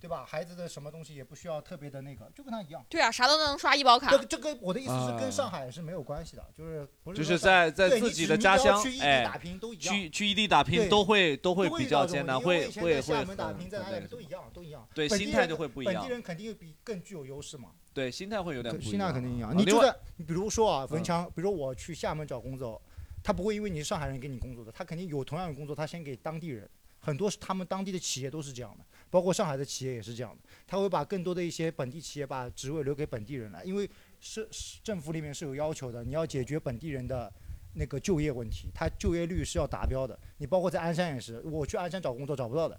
Speaker 2: 对吧？孩子的什么东西也不需要特别的那个，就跟他一样。
Speaker 4: 对啊，啥都能刷医保卡 (laughs)
Speaker 2: 这。个这个我的意思是
Speaker 3: 啊
Speaker 2: 跟上海是没有关系的，就是不是
Speaker 3: 就
Speaker 2: 说
Speaker 3: 是
Speaker 2: 上海
Speaker 3: 在在
Speaker 2: 对
Speaker 3: 自
Speaker 2: 你
Speaker 3: 己
Speaker 2: 只
Speaker 3: 的
Speaker 2: 你
Speaker 3: 家
Speaker 2: 只要
Speaker 3: 乡
Speaker 2: 去异，地打
Speaker 3: 哎，
Speaker 2: 拼都一样。
Speaker 3: 去去异地打拼
Speaker 2: 对
Speaker 3: 都会都会
Speaker 2: 都
Speaker 3: 比
Speaker 2: 遇
Speaker 3: 较
Speaker 2: 到这
Speaker 3: 艰
Speaker 2: 种
Speaker 3: 难，
Speaker 2: 因为
Speaker 3: 会
Speaker 2: 以前
Speaker 3: 会
Speaker 2: 在厦
Speaker 3: 会
Speaker 2: 门打
Speaker 3: 很
Speaker 2: 拼，在哪里都一样，都一样。
Speaker 3: 对
Speaker 2: 本地
Speaker 3: 心态
Speaker 2: 人
Speaker 3: 就会不一
Speaker 2: 本
Speaker 3: 样
Speaker 2: 地人肯定比更具有优势嘛。
Speaker 3: 对心态会有点不
Speaker 2: 对
Speaker 3: 一样，
Speaker 2: 心态肯定一
Speaker 3: 啊
Speaker 2: 样。你
Speaker 3: 另
Speaker 2: 就
Speaker 3: 外
Speaker 2: 在，你比如说啊，
Speaker 3: 嗯
Speaker 2: 文强，比如说我去厦门找工作，他不会因为你是上海人给你工作的，他肯定有同样的工作，他先给当地人。很多是他们当地的企业都是这样的，包括上海的企业也是这样的，他会把更多的一些本地企业把职位留给本地人来，因为是是政府里面是有要求的，你要解决本地人的那个就业问题，他就业率是要达标的。你包括在鞍山也是，我去鞍山找工作找不到的，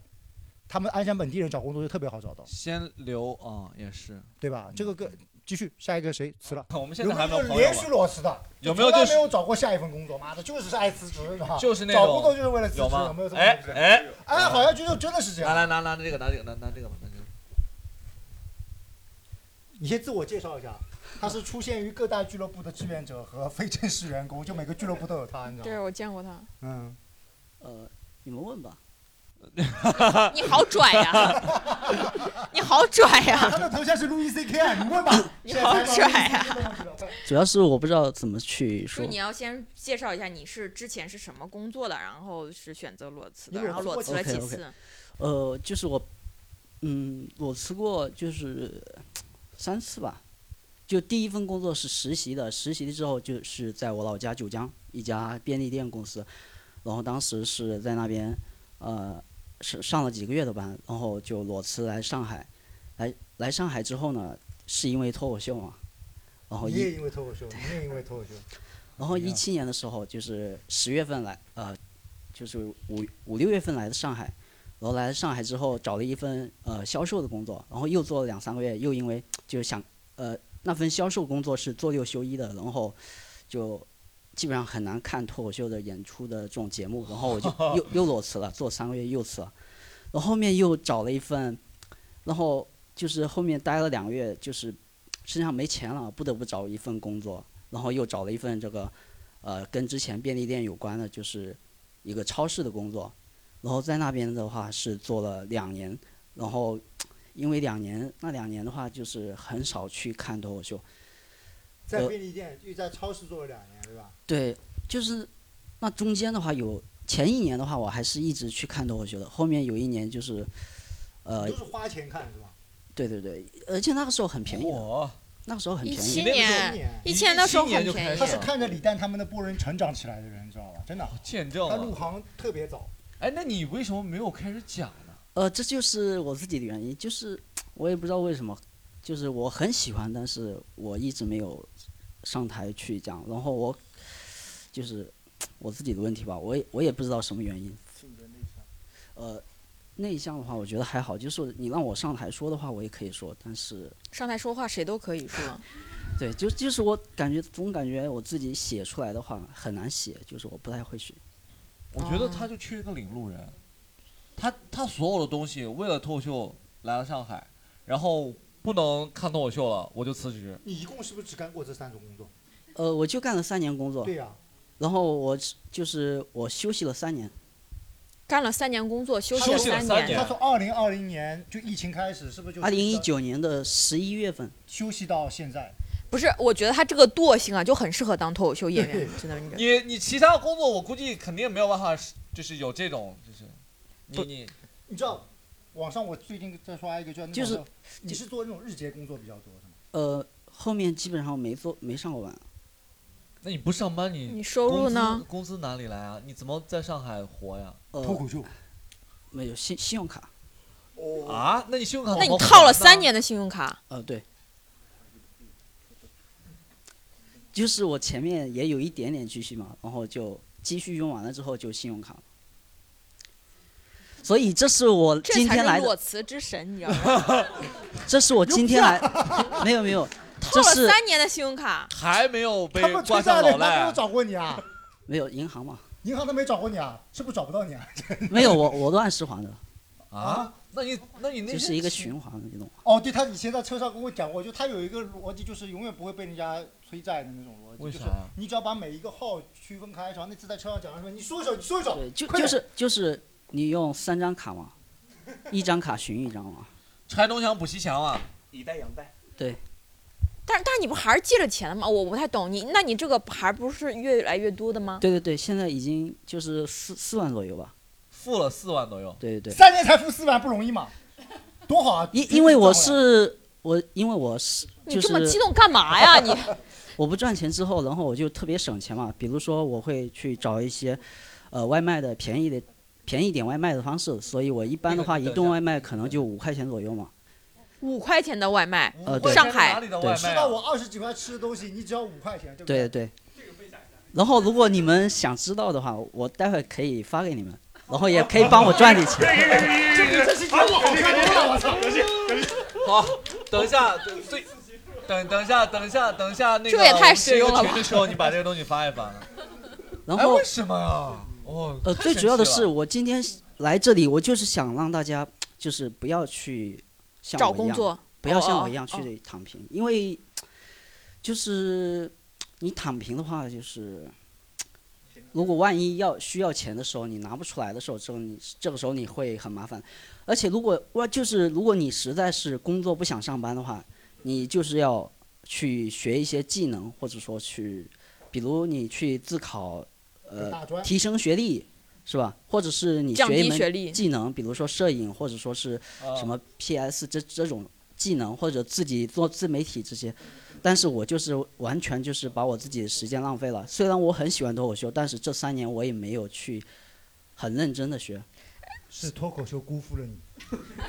Speaker 2: 他们鞍山本地人找工作就特别好找到，
Speaker 3: 先留啊，也
Speaker 2: (laughs)
Speaker 3: 是。
Speaker 2: 对吧？这个个继续下一个谁辞了？
Speaker 3: 我们现
Speaker 2: 嗯有
Speaker 3: 在
Speaker 2: 没
Speaker 3: 还
Speaker 2: 有
Speaker 3: 没有朋友
Speaker 2: 就是连
Speaker 3: 吧
Speaker 2: 续裸辞的？
Speaker 3: 有没有
Speaker 2: 从
Speaker 3: 就
Speaker 2: 来
Speaker 3: 是
Speaker 2: 没有找过下一份工作？妈的，就是爱辞职，是吧？
Speaker 3: 就是那
Speaker 2: 啊找工作
Speaker 3: 种
Speaker 2: 就是为了辞职，
Speaker 3: 有吗
Speaker 2: 有没有？这？么
Speaker 3: 哎
Speaker 2: 回事
Speaker 3: 哎，
Speaker 2: 哎，好像就真的是这
Speaker 3: 拿
Speaker 2: 样。
Speaker 3: 来拿拿这个拿这个拿拿这个吧，拿这个。
Speaker 2: 你先自我介绍一下，他是出现于各大俱乐部的志愿者和非正式员工，就每个俱乐部都有他，你知道吗？
Speaker 4: 我见过他。
Speaker 2: 嗯，
Speaker 5: 呃，你们问吧。
Speaker 4: 你好拽呀！你好拽
Speaker 2: (laughs)
Speaker 4: 呀！
Speaker 2: 他的头像是路易 C K 啊，
Speaker 4: (laughs)
Speaker 2: 你问吧。
Speaker 4: 你好拽啊
Speaker 2: 啊！
Speaker 5: 主要是我不知道怎么去
Speaker 4: 就
Speaker 5: 说
Speaker 4: 是你。要先介绍一下你是之前是什么工作的，然后是选择裸辞
Speaker 2: 你
Speaker 4: 的，
Speaker 2: 裸
Speaker 4: 然后
Speaker 2: 辞
Speaker 4: 裸
Speaker 2: 过
Speaker 4: 辞
Speaker 2: 几
Speaker 4: 了几
Speaker 5: 次
Speaker 4: 次？
Speaker 5: 呃，就是我，嗯，我吃过就是三次吧。就第一份工作是实习的，实习了之后就是在我老家九江一家便利店公司，然后当时是在那边，呃，是上了几个月的班，然后就裸辞来上海，来来上海之后呢，是因为脱口秀嘛，然后
Speaker 2: 你
Speaker 5: 一
Speaker 2: 也因为脱口秀，你也因为脱口秀，
Speaker 5: 然后
Speaker 2: 一
Speaker 5: 一
Speaker 2: 样
Speaker 5: 七年的时候，就是十月份来，呃，就是五五六月份来的上海，然后来上海之后找了一份呃销售的工作，然后又做了两三个月，又因为就是想呃那份销售工作是做六休一的，然后就基本上很难看脱口秀的演出的这种节目，然后我就又又裸辞了，做三个月又辞了，然后后面又找了一份，然后就是后面待了两个月，就是身上没钱了，不得不找一份工作，然后又找了一份这个呃跟之前便利店有关的，就是一个超市的工作，然后在那边的话是做了两年，然后因为两年那两年的话就是很少去看脱口秀，
Speaker 2: 在
Speaker 5: 呃
Speaker 2: 便利店又在超市做了两年，对吧？
Speaker 5: 对，就是那中间的话有前一年的话我还是一直去看脱口秀的，后面有一年就是呃
Speaker 3: 哎
Speaker 2: 都是花钱看是吧？
Speaker 5: 对对对，而且那个时候很便宜的，
Speaker 2: 哦
Speaker 3: 哇，
Speaker 5: 那个时候很便
Speaker 4: 17
Speaker 5: 宜
Speaker 3: 你那
Speaker 5: 的，
Speaker 3: 个时
Speaker 2: 候
Speaker 4: 年，一七年的时候很
Speaker 3: 17年就开
Speaker 4: 便
Speaker 3: 始
Speaker 4: 宜
Speaker 2: 他。是看着李诞他们那波人成长起来的人，你知道吧？真的，
Speaker 3: 见证
Speaker 2: 他入
Speaker 3: 了。
Speaker 2: 行特别早。
Speaker 3: 哎，那你为什么没有开始讲呢？
Speaker 5: 呃，这就是我自己的原因，就是我也不知道为什么，就是我很喜欢，但是我一直没有上台去讲，然后我就是我自己的问题吧，我也我也不知道什么原因。呃，内向的话，我觉得还好，就是你让我上台说的话，我也可以说，但是
Speaker 4: 上台说话谁都可以说，
Speaker 5: 对，就就是我感觉总感觉我自己写出来的话很难写，就是我不太会写。
Speaker 3: 我觉得
Speaker 2: 啊
Speaker 3: 他就缺一个领路人，他他所有的东西为了脱口秀来了上海，然后不能看脱口秀了，我就辞职。
Speaker 2: 你一共是不是只干过这三种工作？啊
Speaker 5: 呃，我就干了三年工作，
Speaker 2: 对呀、
Speaker 5: 然后我是就是我休息了三年，
Speaker 4: 干了三年工作，休息
Speaker 2: 他
Speaker 4: 了
Speaker 2: 从
Speaker 4: 年，
Speaker 2: 他从二零二零年就疫情开始，是不是就
Speaker 5: 二零一九年的十一月份，
Speaker 2: 休息到现在？
Speaker 4: 不是，我觉得他这个惰性啊，就很适合当脱口秀演员，真的。你
Speaker 3: 你你其他工作我估计肯定没有办法是，就是有这种就是你
Speaker 2: 不
Speaker 3: 你
Speaker 2: 你知道，网上我最近在刷一个叫那种
Speaker 5: 就是
Speaker 2: 你是做那种日结工作比较多是吗？
Speaker 5: 呃，后面基本上没做没上过班，
Speaker 3: 那你不上班你
Speaker 4: 你收入呢？
Speaker 3: 工资哪里来啊？你怎么在上海活呀？
Speaker 2: 脱
Speaker 5: 呃，
Speaker 2: 口秀，
Speaker 5: 没有信信用卡，
Speaker 3: 啊？那你信用卡
Speaker 4: 那
Speaker 3: 怎么
Speaker 4: 你
Speaker 3: 还
Speaker 4: 套了
Speaker 3: 呢
Speaker 4: 三？年的信用卡，
Speaker 5: 呃，对，就是我前面也有一点点积蓄嘛，然后就积蓄用完了之后就信用卡了所以这是我
Speaker 4: 这
Speaker 5: 今
Speaker 4: 才
Speaker 5: 天来
Speaker 4: 是
Speaker 5: 的，
Speaker 4: 裸辞之神，你知道
Speaker 5: (laughs)
Speaker 4: 吗？
Speaker 5: 这是我今天来，没有没有，
Speaker 4: 套
Speaker 5: 这
Speaker 4: 了
Speaker 5: 是
Speaker 4: 三年的信用卡，
Speaker 3: 还没有被
Speaker 2: 他们
Speaker 3: 挂
Speaker 2: 崔
Speaker 3: 上
Speaker 2: 大
Speaker 3: 老
Speaker 2: 磊他没
Speaker 3: 赖
Speaker 2: 有，找过你啊？
Speaker 5: 没有银行嘛，
Speaker 2: 银行都没找过你啊？是不是找不到你啊？
Speaker 5: 没有我我都按时还的，
Speaker 3: 啊？那你那你那
Speaker 5: 就
Speaker 3: 些
Speaker 5: 是一个
Speaker 3: 钱
Speaker 5: 循环，你懂吗？
Speaker 2: 哦，对，他以前在车上跟我讲过，就他有一个逻辑，就是永远不会被人家催债的那种逻辑。
Speaker 3: 为啥
Speaker 2: 就是
Speaker 3: 呀
Speaker 2: 你只要把每一个号区分开，然后那次在车上讲的时候，你说一首，你说一首，
Speaker 5: 对，就
Speaker 2: 快点
Speaker 5: 就是就是你用三张卡嘛，一张卡寻一张嘛，
Speaker 3: 拆东墙补西墙啊？
Speaker 7: 以贷养贷，
Speaker 4: 但是但是你不还是借了钱了吗？我不太懂你，那你这个还不是越来越多的吗？
Speaker 5: 对对对，现在已经就是四四万左右吧，
Speaker 3: 付了四万左右，
Speaker 5: 对对对，
Speaker 2: 三年才付四万，不容易嘛？多好啊！
Speaker 5: 因因为我是我因为我是
Speaker 4: 你
Speaker 5: 就
Speaker 4: 这么激
Speaker 5: 是
Speaker 4: 动干嘛呀？
Speaker 5: (laughs)
Speaker 4: 你
Speaker 5: 我不赚钱之后，然后我就特别省钱嘛，比如说我会去找一些呃外卖的便宜的便宜点外卖的方式，所以我一般的话
Speaker 3: 那个
Speaker 5: 一
Speaker 3: 等一
Speaker 5: 顿
Speaker 3: 下
Speaker 5: 外卖可能就五块钱左右嘛，
Speaker 4: 五块钱的外卖，
Speaker 5: 呃
Speaker 3: 五
Speaker 5: 对
Speaker 3: 块钱
Speaker 4: 上海
Speaker 3: 哪里的
Speaker 5: 对
Speaker 3: 外
Speaker 2: 吃
Speaker 3: 卖
Speaker 2: 到
Speaker 3: 啊？
Speaker 2: 我二十几块吃的东西，你只要五块钱，对不
Speaker 5: 对对
Speaker 2: 对？
Speaker 5: 对。然后如果你们想知道的话，我待会可以发给你们，然后也可以帮我赚点钱。
Speaker 3: 好，等一下，等最等等一下，等一下，等一下，那个
Speaker 4: 这也太实用了吧
Speaker 3: 我们建一个群的时候，你把这个东西发一发。
Speaker 5: 然
Speaker 3: 哎，
Speaker 5: 后
Speaker 3: 为什么呀？哦，
Speaker 5: 呃，
Speaker 3: 太
Speaker 5: 最
Speaker 3: 神
Speaker 5: 主要的
Speaker 3: 奇了
Speaker 5: 是，我今天来这里，我就是想让大家就是不要去像
Speaker 4: 找
Speaker 5: 我一
Speaker 4: 工
Speaker 5: 样，
Speaker 4: 作，
Speaker 5: 不要像
Speaker 4: 哦
Speaker 5: 我一样
Speaker 4: 哦
Speaker 5: 去躺平，因为就是你躺平的话，就是如果万一要需要钱的时候，你拿不出来的时候，之后你这个时候你会很麻烦。而且如果哇，就是如果你实在是工作不想上班的话，你就是要去学一些技能，或者说去，比如你去自考，呃，
Speaker 2: 大专
Speaker 5: 提升学历，是吧？或者是你
Speaker 4: 降
Speaker 5: 学一
Speaker 4: 低学
Speaker 5: 门
Speaker 4: 历。哦
Speaker 5: 技能，比如说摄影，或者说是
Speaker 3: 啊
Speaker 5: 什么 PS 这这种技能，或者自己做自媒体这些。但是我就是完全就是把我自己的时间浪费了。虽然我很喜欢脱口秀，但是这三年我也没有去很认真的学，
Speaker 2: 是脱口秀辜负了你。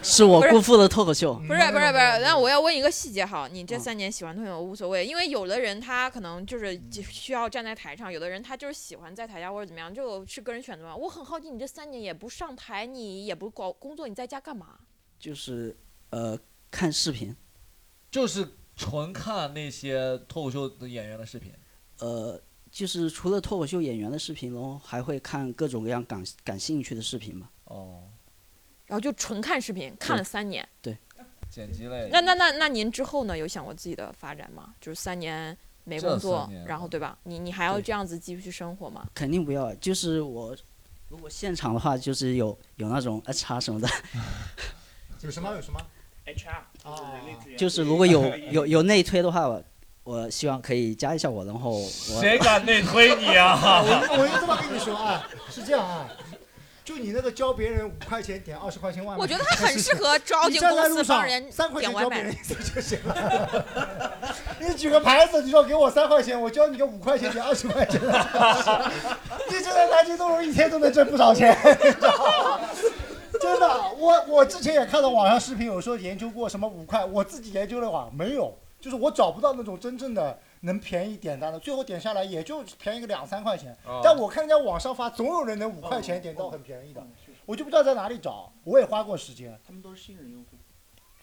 Speaker 5: 是我
Speaker 4: 不是
Speaker 5: 辜负了脱口秀。
Speaker 4: 不是不是不
Speaker 2: 嗯
Speaker 4: 是，那我要问一个细节哈，你这三年喜欢脱口秀无所谓，因为有的人他可能就是就需要站在台上，有的人他就是喜欢在台下或者怎么样，就是个人选择嘛。我很好奇，你这三年也不上台，你也不搞工作，你在家干嘛？
Speaker 5: 就是呃看视频，
Speaker 3: 就是纯看那些脱口秀的演员的视频。
Speaker 5: 呃就是除了脱口秀演员的视频，然后还会看各种各样感感兴趣的视频吧。
Speaker 3: 哦，
Speaker 4: 然后就纯看视频，看了三年。
Speaker 3: 剪辑类。
Speaker 4: 那那那那您之后呢？有想过自己的发展吗？就是三年没工
Speaker 3: 这
Speaker 4: 作
Speaker 3: 三年，
Speaker 4: 然后对吧？你你还要
Speaker 5: 对
Speaker 4: 这样子继续生活吗？
Speaker 5: 肯定不要，就是我如果现场的话，就是有有那种 HR 什么的，
Speaker 2: 有什么有什么？
Speaker 7: HR
Speaker 2: 啊
Speaker 7: 人力资源
Speaker 5: 就是如果有有有内推的话，我我希望可以加一下我，然后我
Speaker 3: 谁敢内推你
Speaker 2: (laughs)
Speaker 3: 啊？
Speaker 2: 我我就这么跟你说啊，是这样啊，就你那个教别人五块钱点二十块钱外卖，
Speaker 4: 我觉得他很适
Speaker 2: (laughs)
Speaker 4: 合招
Speaker 2: 你
Speaker 4: 进
Speaker 2: 站在
Speaker 4: 公
Speaker 2: 路
Speaker 4: 司帮
Speaker 2: 上
Speaker 4: 人
Speaker 2: 三块
Speaker 4: 点
Speaker 2: 钱
Speaker 4: 外
Speaker 2: 交别人
Speaker 4: 卖。 (laughs)
Speaker 2: 一次就行了。 (laughs) 你举个牌子，你说给我三块钱，我教你个五块钱点二十块钱。 (laughs) 你这在南京东路一天都能挣不少钱， (laughs) 你知道吗真的。我我之前也看到网上视频，有时候研究过什么五块，我自己研究了网没有，就是我找不到那种真正的。能便宜点单的，最后点下来也就便宜个两三块钱。
Speaker 7: 啊
Speaker 3: 哦
Speaker 2: 但我看人家网上发，总有人能五块
Speaker 7: 哦
Speaker 2: 钱点到很便宜的，我就不知道在哪里找。我也花过时间，
Speaker 7: 他们都是新人用户，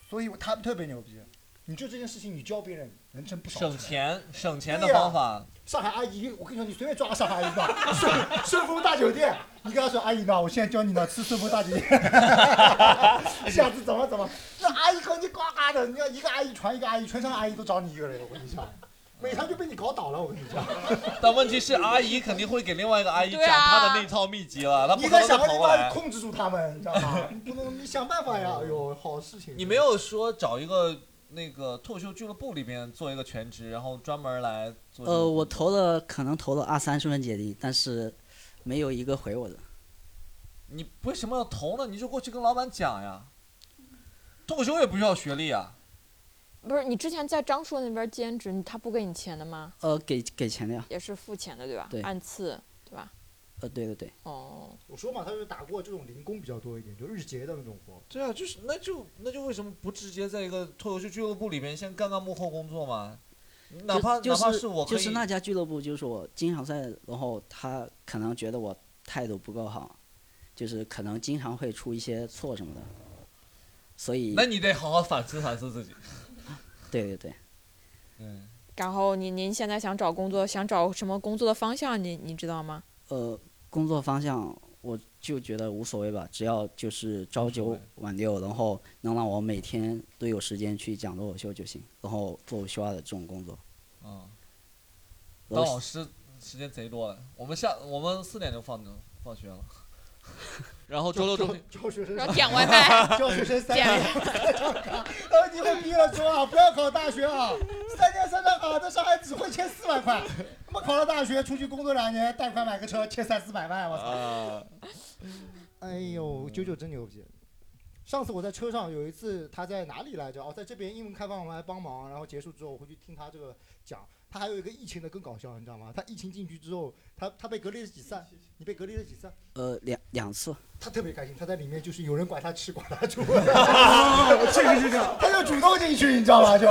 Speaker 2: 所以他们特别牛逼。你就这件事情，你教别人能挣不少
Speaker 3: 省
Speaker 2: 钱。
Speaker 3: 钱省钱的
Speaker 2: 对呀
Speaker 3: 方法，
Speaker 2: 上海阿姨，我跟你说，你随便抓个上海阿姨
Speaker 7: (laughs)
Speaker 2: 吧，顺顺丰大酒店，你跟她说阿姨呢，我现在教你呢吃顺丰大
Speaker 7: (laughs)
Speaker 2: 酒店，下次怎么怎么，那阿姨和你呱呱的，你看一个阿姨传一个阿姨，全上海阿姨都找你一个人，我跟你讲，美团就被你搞倒了，我跟你讲。
Speaker 3: 但问题是，阿姨肯定会给另外一个阿姨讲
Speaker 2: 对啊
Speaker 3: 她的那套秘籍了，她不
Speaker 2: 你
Speaker 3: 可
Speaker 2: 该
Speaker 3: 能再
Speaker 2: 想个
Speaker 3: 跑
Speaker 2: 地
Speaker 3: 过来
Speaker 2: 方。控制住他
Speaker 3: (laughs)
Speaker 2: 们，你知道吗？你不能，你想办法呀！哎呦，好事情。
Speaker 3: 你没有说找一个那个脱口秀俱乐部里边做一个全职，然后专门来做这个。
Speaker 5: 呃，我投了，可能投了二三十份简历，但是没有一个回我的。
Speaker 3: 你为什么要投呢？你就过去跟老板讲呀。脱口秀也不需要学历啊。
Speaker 4: 不是你之前在张硕那边兼职，你他不给你钱的吗？
Speaker 5: 呃，给给钱的呀。
Speaker 4: 也是付钱的对吧？
Speaker 5: 对
Speaker 4: 按次对吧？
Speaker 5: 呃，对对对。
Speaker 4: 哦，
Speaker 2: 我说嘛，他就是打过这种零工比较多一点，就日结的那种
Speaker 3: (laughs)
Speaker 2: 活。
Speaker 3: 对啊，就是那就那就为什么不直接在一个脱口秀俱乐部里边先干干幕后工作嘛？哪
Speaker 5: 就
Speaker 3: 怕
Speaker 5: 就
Speaker 3: 哪怕
Speaker 5: 是
Speaker 3: 我可以
Speaker 5: 就是那家俱乐部，就是我经常在，然后他可能觉得我态度不够好，就是可能经常会出一些错什么的，所以
Speaker 3: 那你得好好反思反思自己。
Speaker 5: 对对对，
Speaker 3: 嗯，
Speaker 4: 然后您您现在想找工作，想找什么工作的方向？你你知道吗？
Speaker 5: 呃，工作方向我就觉得无所谓吧，只要就是朝九晚六，然后能让我每天都有时间去讲脱口秀就行，然后做我需要的这种工作。
Speaker 3: 啊、
Speaker 5: 然
Speaker 3: 当
Speaker 5: 后
Speaker 3: 老师时间贼多了，我们下我们四点就放放
Speaker 5: (laughs)
Speaker 3: 学了，然后周六周天
Speaker 2: (laughs) 教学生
Speaker 4: 要点外 (laughs) 卖
Speaker 2: (laughs) 教学生三
Speaker 4: 点
Speaker 2: 年三张卡，然后你会毕业了说啊，不要考大学啊，三年三张卡在上海只会欠四万块，他妈考了大学出去工作两年，贷款买个车欠三四百万，我操！
Speaker 3: 啊，
Speaker 2: 哎呦，九九真牛逼！上次我在车上有一次，他在哪里来着？哦，在这边英文开放我们来帮忙，然后结束之后我回去听他这个讲，他还有一个疫情的更搞笑，你知道吗？他疫情进去之后，他他被隔离了几次啊？你被隔离了几次啊？
Speaker 5: 呃，两两次，
Speaker 2: 他特别开心，他在里面就是有人管他吃管他住，
Speaker 7: (laughs) 确实是这样
Speaker 2: 他就主动进去，你知道吗？就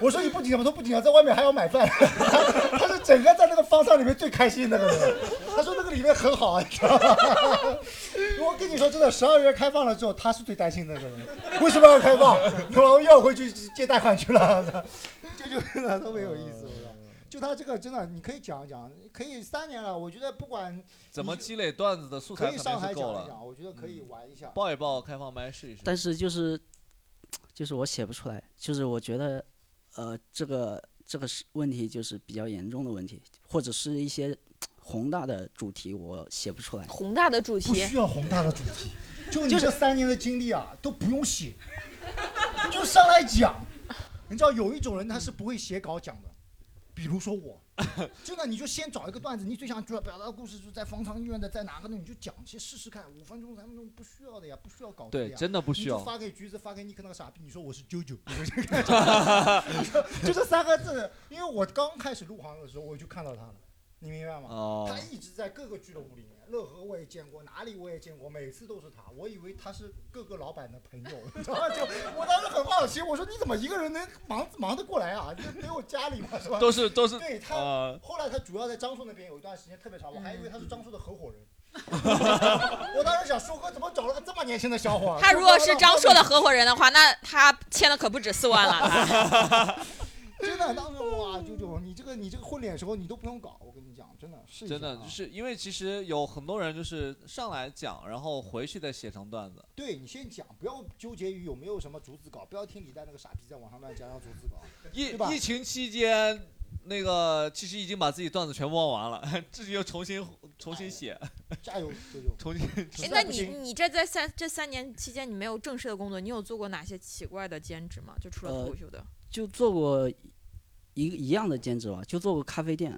Speaker 2: 我说你不紧张，我说不紧张，在外面还要买饭， (laughs) 他是整个在那个方舱里面最开心的那个人。他说那个里面很好，啊你知道吗？ (laughs) 我跟你说真的，十二月开放了之后，他是最担心的那个人。为什么要开放？我要回去借贷款去了， (laughs) 这就特别有意思，我操！就他这个真的，你可以讲一讲，可以三年了，我觉得不管
Speaker 3: 怎么积累段子的素
Speaker 2: 可
Speaker 3: 材
Speaker 2: 以
Speaker 3: 肯
Speaker 2: 上
Speaker 3: 定
Speaker 2: 海
Speaker 3: 是
Speaker 2: 讲
Speaker 3: 够
Speaker 2: 一
Speaker 3: 了。
Speaker 2: 讲，我觉得可以玩一下。
Speaker 3: 报一报开放麦试一试。
Speaker 5: 但是就是就是我写不出来，就是我觉得呃这个这个是问题就是比较严重的问题，或者是一些宏大的主题我写不出来。
Speaker 4: 宏大的主
Speaker 2: 不
Speaker 4: 题
Speaker 2: 需要宏大的主题，就你
Speaker 5: 就是
Speaker 2: 这三年的经历啊，都不用写，就上来讲。你知道有一种人他是不会写稿讲的，比如说我，真的你就先找一个段子，你最想主要表达的故事是在方舱医院的，在哪个呢？你就讲，先试试看，五分钟三分钟不需要的呀，不需要稿子
Speaker 3: 对
Speaker 2: 呀
Speaker 3: 真的不需要
Speaker 2: 啊你就发给橘子，发给尼克那个傻逼，你说我是
Speaker 3: (laughs)
Speaker 2: 啾啾，你就这个就这三个字，因为我刚开始入行的时候我就看到他了，你明白吗？
Speaker 3: 哦
Speaker 2: 他一直在各个俱乐部里面，乐和我也见过，哪里我也见过，每次都是他。我以为他是各个老板的朋友， (laughs) 你知道吗？就我当时很好奇，我说你怎么一个人能忙忙得过来啊？就没有家里嘛，是吧？
Speaker 3: 都是都是
Speaker 2: 对他、
Speaker 3: 啊
Speaker 2: 后来他主要在张硕那边有一段时间特别长，我还以为他是张硕的合伙人。 (laughs) 我当时想，硕哥怎么找了个这么年轻的小伙儿？
Speaker 4: 他如果是张硕的合伙人的话，那他欠的可不止四万了。 (laughs)
Speaker 2: 真的，当时哇，舅舅，你这个你这个混脸时候你都不用搞，我跟你讲，真的是、
Speaker 3: 真的就是因为其实有很多人就是上来讲，然后回去再写成段子。
Speaker 2: 对你先讲，不要纠结于有没有什么逐字稿，不要听李诞那个傻逼在网上乱讲讲逐字稿。
Speaker 3: 疫
Speaker 2: 对吧
Speaker 3: 疫情期间，那个其实已经把自己段子全忘完了， (laughs) 自己又重新重新写， (laughs)
Speaker 2: 加油，舅舅！
Speaker 3: 重新
Speaker 4: 哎
Speaker 2: 实
Speaker 4: 那
Speaker 2: 在不
Speaker 4: 你
Speaker 2: 行，
Speaker 4: 你这在三这三年期间，你没有正式的工作，你有做过哪些奇怪的兼职吗？就除了
Speaker 5: 呃
Speaker 4: 脱口秀的，
Speaker 5: 就做过一一样的兼职吧，就做过咖啡店，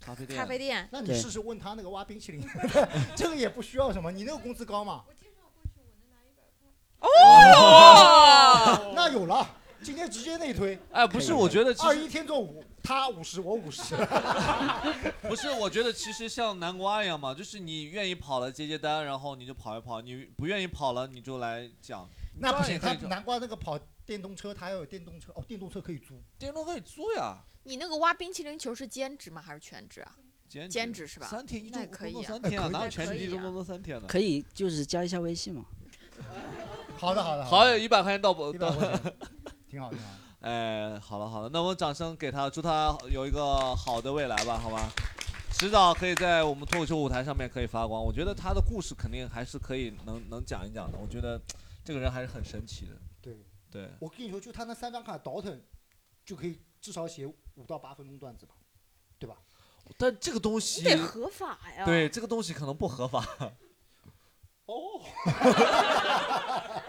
Speaker 3: 咖啡店。
Speaker 4: (laughs) 咖啡店。
Speaker 2: 那你
Speaker 5: 对
Speaker 2: 试试问他那个挖冰淇淋， (laughs) 这个也不需要什么，你那个工资高嘛？
Speaker 4: 哦，
Speaker 2: (laughs) 那有了，今天直接内推，
Speaker 3: 哎，不是，我觉得其
Speaker 2: 二
Speaker 3: 实
Speaker 2: 一天做五，他五十，我五十。
Speaker 3: 不是，我觉得其实像南瓜一样嘛，就是你愿意跑了接接单，然后你就跑一跑；你不愿意跑了，你就来讲。
Speaker 2: 那不行，
Speaker 3: 当
Speaker 2: 他
Speaker 3: 然也可以
Speaker 2: 南瓜那个跑电动车，他要有电动车哦，电动车可以租。
Speaker 3: 电动可以租呀，
Speaker 4: 你那个挖冰淇淋球是兼职吗？还是全职啊？
Speaker 3: 兼
Speaker 4: 兼职是吧
Speaker 3: 三天一周
Speaker 4: 那可
Speaker 3: 工
Speaker 4: 以
Speaker 3: 作
Speaker 4: 啊
Speaker 3: 三天啊，
Speaker 2: 哎可以
Speaker 3: 哪有
Speaker 4: 那
Speaker 3: 全
Speaker 4: 可
Speaker 3: 职
Speaker 4: 以
Speaker 3: 一周
Speaker 4: 啊
Speaker 3: 工作三天的？
Speaker 5: 可以就是加一下微信嘛。
Speaker 2: 好的，
Speaker 4: 啊
Speaker 2: 好的，
Speaker 3: 好，一百块钱到不
Speaker 2: 一百
Speaker 3: 到？
Speaker 2: 块钱，挺好，挺好。
Speaker 3: 哎，好了好了，那我们掌声给他，祝他有一个好的未来吧，好吗？迟早可以在我们脱口秀舞台上面可以发光。我觉得他的故事肯定还是可以能能讲一讲的。我觉得这个人还是很神奇的。
Speaker 2: 对，
Speaker 3: 对，
Speaker 2: 我跟你说，就他那三张卡倒腾，就可以至少写五到八分钟段子吧，对吧？
Speaker 3: 但这个东西
Speaker 4: 得合法呀。
Speaker 3: 对，这个东西可能不合法。
Speaker 2: 哦 (laughs)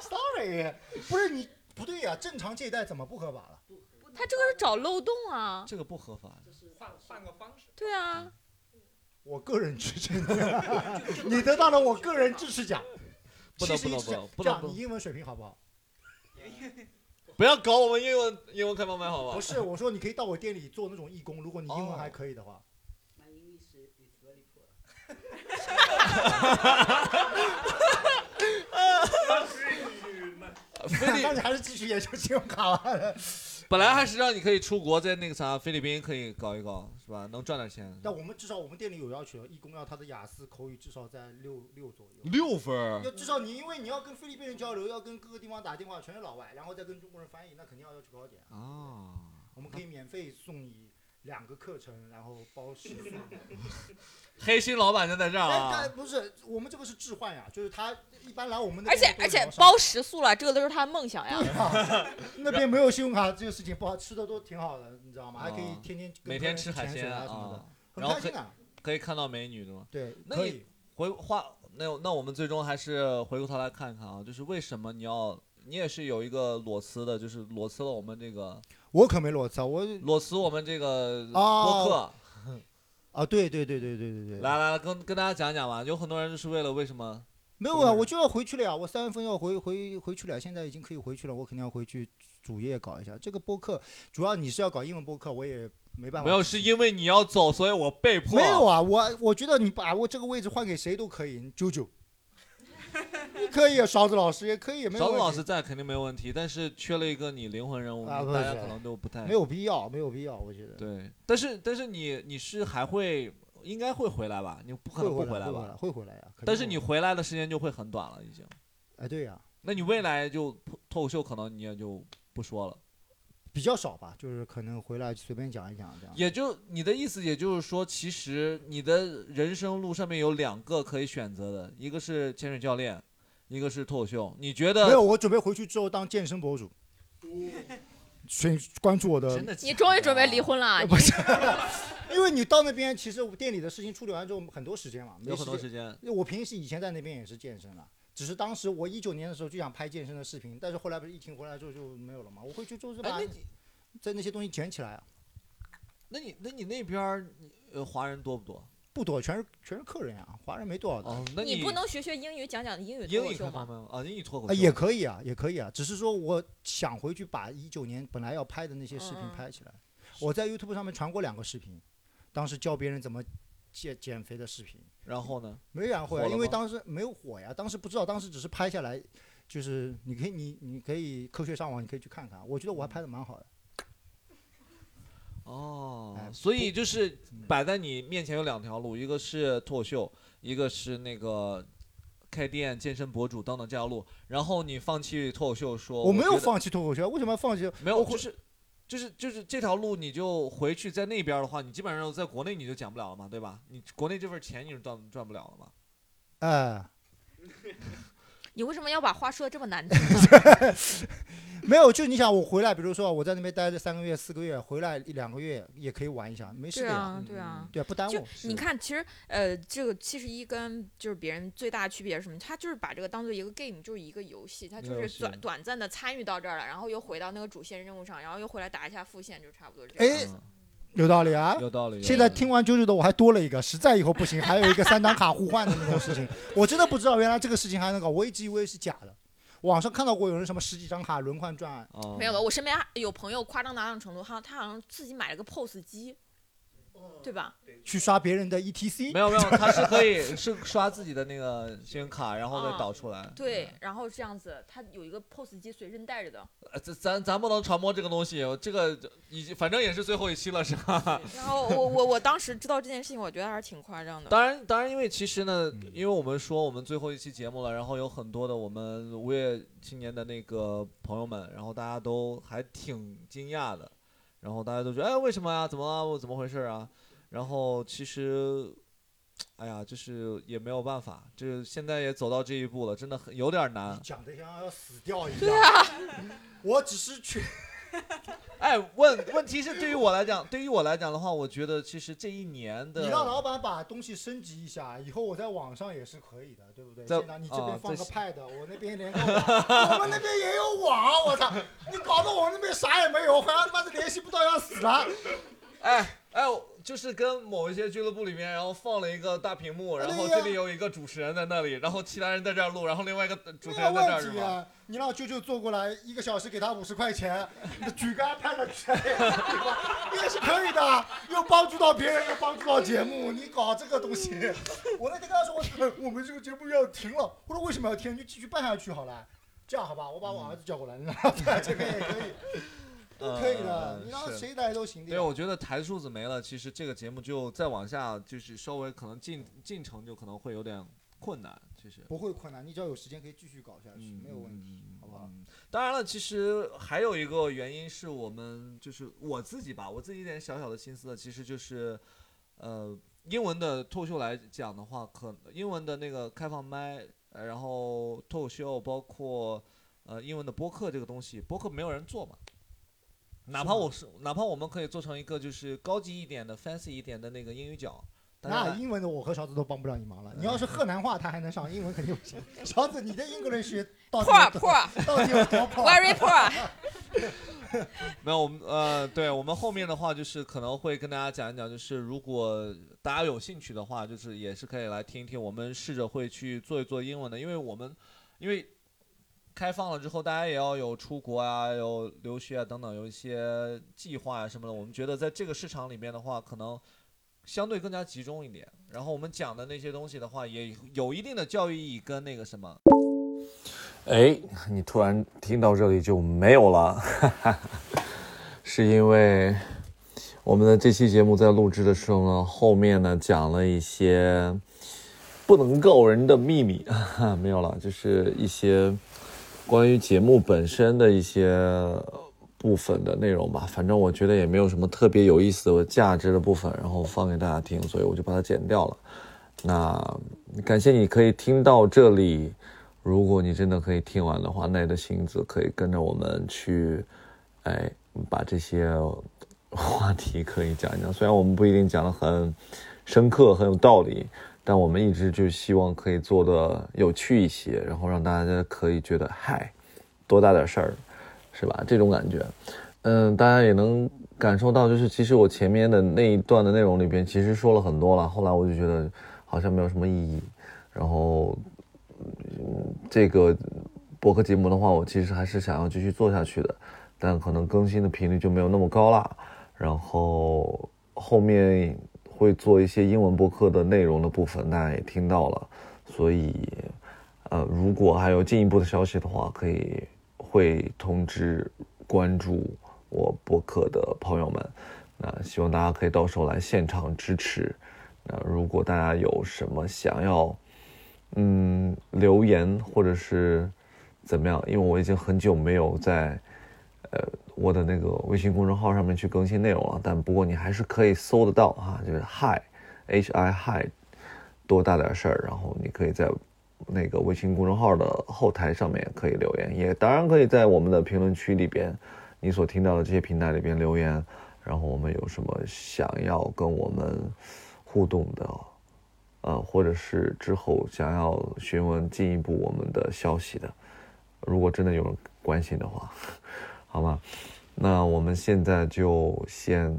Speaker 2: ，sorry，不是你不对呀、正常借贷怎么不合法了？
Speaker 4: 他这个是找漏洞啊。
Speaker 3: 这个不合法。
Speaker 4: 对啊，
Speaker 2: 我个人支持你，你得到了我个人支持奖。
Speaker 3: 不能
Speaker 2: 71
Speaker 3: 不能
Speaker 2: 支持奖
Speaker 3: 不能不能
Speaker 2: 这样
Speaker 3: 不能
Speaker 2: 你英文水平好不好？
Speaker 3: 不要搞我们英文英文开放麦好吗
Speaker 2: 不？是，我说你可以到我店里做那种义工，如果你英文还可以的话。
Speaker 3: 菲律
Speaker 2: 但是还是继续研究信用卡 (laughs) 吧。
Speaker 3: 本来还是让你可以出国，在那个啥菲律宾可以搞一搞，是吧？能赚点钱。
Speaker 2: 但我们至少我们店里有要求，义工要他的雅思口语至少在六六左右。
Speaker 3: 六分儿
Speaker 2: 要至少你因为你要跟菲律宾人交流，要跟各个地方打电话，全是老外，然后再跟中国人翻译，那肯定要要求高一点。
Speaker 3: 啊！
Speaker 2: 我们可以免费送你两个课程，然后包食 (laughs) 宿。
Speaker 3: 黑心老板就在这儿
Speaker 2: 但
Speaker 3: 啊
Speaker 2: 但！不是，我们这个是置换呀，就是他一般来我们那
Speaker 4: 而且
Speaker 2: 边都
Speaker 4: 而
Speaker 2: 是
Speaker 4: 且
Speaker 2: 聊上
Speaker 4: 包食宿了，这个都是他的梦想
Speaker 2: (laughs)
Speaker 4: 呀。
Speaker 2: 那边没有信用卡这个事情不好，吃的都挺好的，你知道吗？
Speaker 3: 啊
Speaker 2: 还可以天天跟
Speaker 3: 每天吃海
Speaker 2: 潜水
Speaker 3: 鲜
Speaker 2: 啊什么的，
Speaker 3: 啊，
Speaker 2: 很
Speaker 3: 然后
Speaker 2: 开
Speaker 3: 可
Speaker 2: 心
Speaker 3: 以
Speaker 2: 啊。
Speaker 3: 可以看到美女的吗？
Speaker 2: 对，
Speaker 3: 那
Speaker 2: 可
Speaker 3: 你
Speaker 2: 以。
Speaker 3: 回话那那我们最终还是回过头来看看啊，就是为什么你要你也是有一个裸辞的，就是裸辞了我们这个
Speaker 2: 我可没裸辞啊，我
Speaker 3: 裸辞我们这个
Speaker 2: 哦
Speaker 3: 播客。
Speaker 2: 啊，对对对对对对对，
Speaker 3: 来来来，跟跟大家讲讲吧，有很多人就是为了为什么
Speaker 2: 没有啊，我就要回去了呀，我三月份要回回回去了，现在已经可以回去了，我肯定要回去主业搞一下。这个播客主要你是要搞英文播客，我也没办法。
Speaker 3: 没有，是因为你要走，所以我被迫。
Speaker 2: 没有啊，我我觉得你把我这个位置换给谁都可以，你九九，你可以，啊勺子老师也可以，没有
Speaker 3: 勺子
Speaker 2: 问
Speaker 3: 老
Speaker 2: 题
Speaker 3: 师在肯定没问题，但是缺了一个你灵魂人物，
Speaker 2: 啊
Speaker 3: 你
Speaker 2: 不
Speaker 3: 大家
Speaker 2: 是
Speaker 3: 可能都不太
Speaker 2: 没有必要，没有必要，我觉得。
Speaker 3: 对。但是但是你你是还会应该会回来吧？你不可
Speaker 2: 会
Speaker 3: 能不
Speaker 2: 回来，会回
Speaker 3: 吧？
Speaker 2: 来，会回来呀。肯定
Speaker 3: 但是
Speaker 2: 会
Speaker 3: 你
Speaker 2: 回
Speaker 3: 回来的时间就会很短了，已经。
Speaker 2: 来哎，对呀，
Speaker 3: 那你未来就脱口秀可能你也就不说了，
Speaker 2: 比较少吧，就是可能回来随便讲一讲这样。
Speaker 3: 也就你的意思，也就是说，其实你的人生路上面有两个可以选择的，一个是潜水教练，一个是脱口秀。你觉
Speaker 2: 没有，
Speaker 3: 得
Speaker 2: 我准备回去之后当健身
Speaker 3: (laughs)
Speaker 2: 博主，请关注我的
Speaker 3: 真的假的？
Speaker 4: 你终于准备离婚了啊，你
Speaker 2: 不是，因为你到那边，其实我店里的事情处理完之后，很多时间嘛，没
Speaker 3: 啊有很多时
Speaker 2: 间。
Speaker 3: 间。
Speaker 2: 因为我平时以前在那边也是健身了，只是当时我一九年的时候就想拍健身的视频，但是后来不是疫情回来之后就没有了嘛。我回去就是
Speaker 3: 哎，
Speaker 2: 把
Speaker 3: 那你
Speaker 2: 在那些东西捡起来啊，
Speaker 3: 那你那你那边儿呃华人多不多？
Speaker 2: 不多，全是全是客人呀、华人没多少的。
Speaker 3: 哦，那
Speaker 4: 你不能学学英语，讲讲英语脱
Speaker 3: 英
Speaker 4: 口
Speaker 3: 语
Speaker 4: 秀
Speaker 3: 开放
Speaker 4: 吗？
Speaker 3: 麦吗？啊，英语脱口秀
Speaker 2: 啊，也可以啊，也可以啊，只是说我想回去把一九年本来要拍的那些视频
Speaker 4: 嗯嗯
Speaker 2: 拍起来。我在 YouTube 上面传过两个视频，当时教别人怎么减减肥的视频，
Speaker 3: 然后呢？
Speaker 2: 没然后呀
Speaker 3: 火，了
Speaker 2: 因为
Speaker 3: 吗
Speaker 2: 当时没有火呀，当时不知道，当时只是拍下来，就是你可以你你可以科学上网，你可以去看看，我觉得我还拍的蛮好的。
Speaker 3: 哦
Speaker 2: 哎，
Speaker 3: 所以就是摆在你面前有两条路，一个是脱口秀，一个是那个开店、健身博主等等这条路。然后你放弃脱口秀说，
Speaker 2: 我没有
Speaker 3: 觉得，
Speaker 2: 放弃脱口秀，为什么要放弃？
Speaker 3: 没有，
Speaker 2: 我
Speaker 3: 就
Speaker 2: 会
Speaker 3: 是就是就是这条路，你就回去在那边的话，你基本上在国内你就讲不了了嘛，对吧？你国内这份钱你是赚赚不了了嘛。
Speaker 2: 哎，
Speaker 4: 你为什么要把话说的这么难听？
Speaker 2: 没有，就你想我回来，比如说我在那边待了三个月、四个月，回来一两个月也可以玩一下，没事
Speaker 4: 对
Speaker 2: 的呀，
Speaker 4: 啊，对啊。
Speaker 2: 对啊，不耽
Speaker 4: 就
Speaker 2: 误。
Speaker 4: 你看，其实呃，这个七十一跟就是别人最大的区别是什么？他就是把这个当做一个 game，就是一个游戏，他
Speaker 3: 一个
Speaker 4: 就
Speaker 3: 游
Speaker 4: 是
Speaker 3: 戏
Speaker 4: 短短暂的参与到这儿了，然后又回到那个主线任务上，然后又回来打一下副线，就差不多这样。
Speaker 2: 哎，有道理啊
Speaker 3: 嗯，。有道理。有
Speaker 2: 现
Speaker 3: 道
Speaker 2: 在
Speaker 3: 理
Speaker 2: 听完九九的我还多了一个，实在以后不行，还有一个三张卡互换的那种事情，我真的不知道原来这个事情还能搞，我一直以为是假的。网上看到过有人什么十几张卡轮换转，
Speaker 3: 啊
Speaker 4: 没有吧？我身边还有朋友夸张到哪种程度？哈，他好像自己买了个 POS 机，对吧？
Speaker 2: 去刷别人的 E ETC，
Speaker 3: 没有没有，他是可以是刷自己的那个信用卡，然后
Speaker 4: 嗯
Speaker 3: 再导出来。
Speaker 4: 对，然后这样子，他有一个 POS 机随身带着的，
Speaker 3: 呃，咱咱咱不能传播这个东西，这个已经反正也是最后一期了，是吧？
Speaker 4: 然后我我我当时知道这件事情，我觉得还是挺夸张的。
Speaker 3: 当然当然，因为其实呢，因为我们说我们最后一期节目了，然后有很多的我们无业青年的那个朋友们，然后大家都还挺惊讶的，然后大家都觉得哎为什么呀？怎么了？我怎么回事啊？然后其实。哎呀，就是也没有办法，这现在也走到这一步了，真的很有点难
Speaker 2: 你。讲的像要死掉一样。对啊，我只是去，
Speaker 3: (laughs) 哎，在问问题是对于我来讲，对于我来讲的话，我觉得其实这一年的
Speaker 2: 你让老板把东西升级一下，以后我在网上也是可以的，对不对？
Speaker 3: 在
Speaker 2: 现在你这
Speaker 3: 啊
Speaker 2: 边放个
Speaker 3: 在
Speaker 2: pad，、我那边连个网，我们那边也有网，我操！你搞得我们那边啥也没有，好像他妈的联系不到要死啊了。
Speaker 3: 哎哎，我就是跟某一些俱乐部里面，然后放了一个大屏幕，然后
Speaker 2: 对呀
Speaker 3: 这里有一个主持人在那里，然后其他人在这儿录，然后另外一个呃主
Speaker 2: 没
Speaker 3: 持
Speaker 2: 有
Speaker 3: 人在这儿
Speaker 2: 问
Speaker 3: 是
Speaker 2: 题
Speaker 3: 吗？
Speaker 2: 啊！你让舅舅坐过来，一个小时给他五十块钱，你举个 iPad 去，也是可以的，又帮助到别人，又帮助到节目。你搞这个东西，我那天跟他说，我 (laughs) 说我们这个节目要停了，我说为什么要停？你就继续办下去好了。这样好吧，我把我儿子叫过来， (laughs) 你让他在这边也可以，都可以的
Speaker 3: 嗯，
Speaker 2: 你让
Speaker 3: 是
Speaker 2: 谁来都行的
Speaker 3: 对，
Speaker 2: 呀。
Speaker 3: 我觉得台数字没了，其实这个节目就再往下，就是稍微可能进进程就可能会有点困难。其实，
Speaker 2: 不会困难，你只要有时间可以继续搞下去，
Speaker 3: 嗯，
Speaker 2: 没有问题，
Speaker 3: 嗯
Speaker 2: 好不好？
Speaker 3: 嗯当然了，其实还有一个原因是我们就是我自己吧，我自己一点小小的心思呢，其实就是，呃，英文的脱口秀来讲的话，可英文的那个开放麦，呃然后脱口秀，包括呃英文的播客这个东西，播客没有人做嘛。哪怕我是，哪怕我们可以做成一个就是高级一点的、fancy 一点的那个英语角，大家
Speaker 2: 那
Speaker 3: 来
Speaker 2: 英文的我和勺子都帮不了你忙了。你要是河南话，他还能上，英文肯定不行。勺子，你的英格兰学到底
Speaker 4: poor
Speaker 2: 有
Speaker 4: poor
Speaker 2: 到底有多破？
Speaker 4: very poor。
Speaker 3: 没有，我们呃，对我们后面的话就是可能会跟大家讲一讲，就是如果大家有兴趣的话，就是也是可以来听一听，我们试着会去做一做英文的，因为我们因为开放了之后，大家也要有出国啊，有留学啊等等，有一些计划啊什么的。我们觉得在这个市场里面的话，可能相对更加集中一点。然后我们讲的那些东西的话，也有一定的教育意义跟那个什么。
Speaker 1: 哎，你突然听到这里就没有了， (laughs) 是因为我们的这期节目在录制的时候呢，后面呢讲了一些不能告人的秘密， (laughs) 没有了，就是一些关于节目本身的一些部分的内容吧。反正我觉得也没有什么特别有意思的价值的部分，然后放给大家听，所以我就把它剪掉了。那感谢你可以听到这里。如果你真的可以听完的话，那你的心子可以跟着我们去，哎，把这些话题可以讲一讲。虽然我们不一定讲得很深刻、很有道理，但我们一直就希望可以做的有趣一些，然后让大家可以觉得嗨，多大点事儿，是吧？这种感觉，嗯，大家也能感受到，就是其实我前面的那一段的内容里边，其实说了很多了，后来我就觉得好像没有什么意义，然后这个播客节目的话，我其实还是想要继续做下去的，但可能更新的频率就没有那么高啦。然后后面会做一些英文播客的内容的部分，大家也听到了，所以呃，如果还有进一步的消息的话，可以会通知关注我播客的朋友们。那希望大家可以到时候来现场支持。那如果大家有什么想要嗯留言或者是怎么样，因为我已经很久没有在呃我的那个微信公众号上面去更新内容了，但不过你还是可以搜得到哈，就是 hi h i hi 多大点事儿，然后你可以在那个微信公众号的后台上面可以留言，也当然可以在我们的评论区里边，你所听到的这些平台里边留言，然后我们有什么想要跟我们互动的呃，或者是之后想要询问进一步我们的消息的，如果真的有人关心的话， (laughs) 好吗？那我们现在就先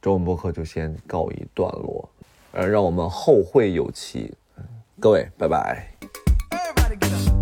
Speaker 1: 中文播客就先告一段落，呃，让我们后会有期，各位，拜拜。
Speaker 7: Everybody get up.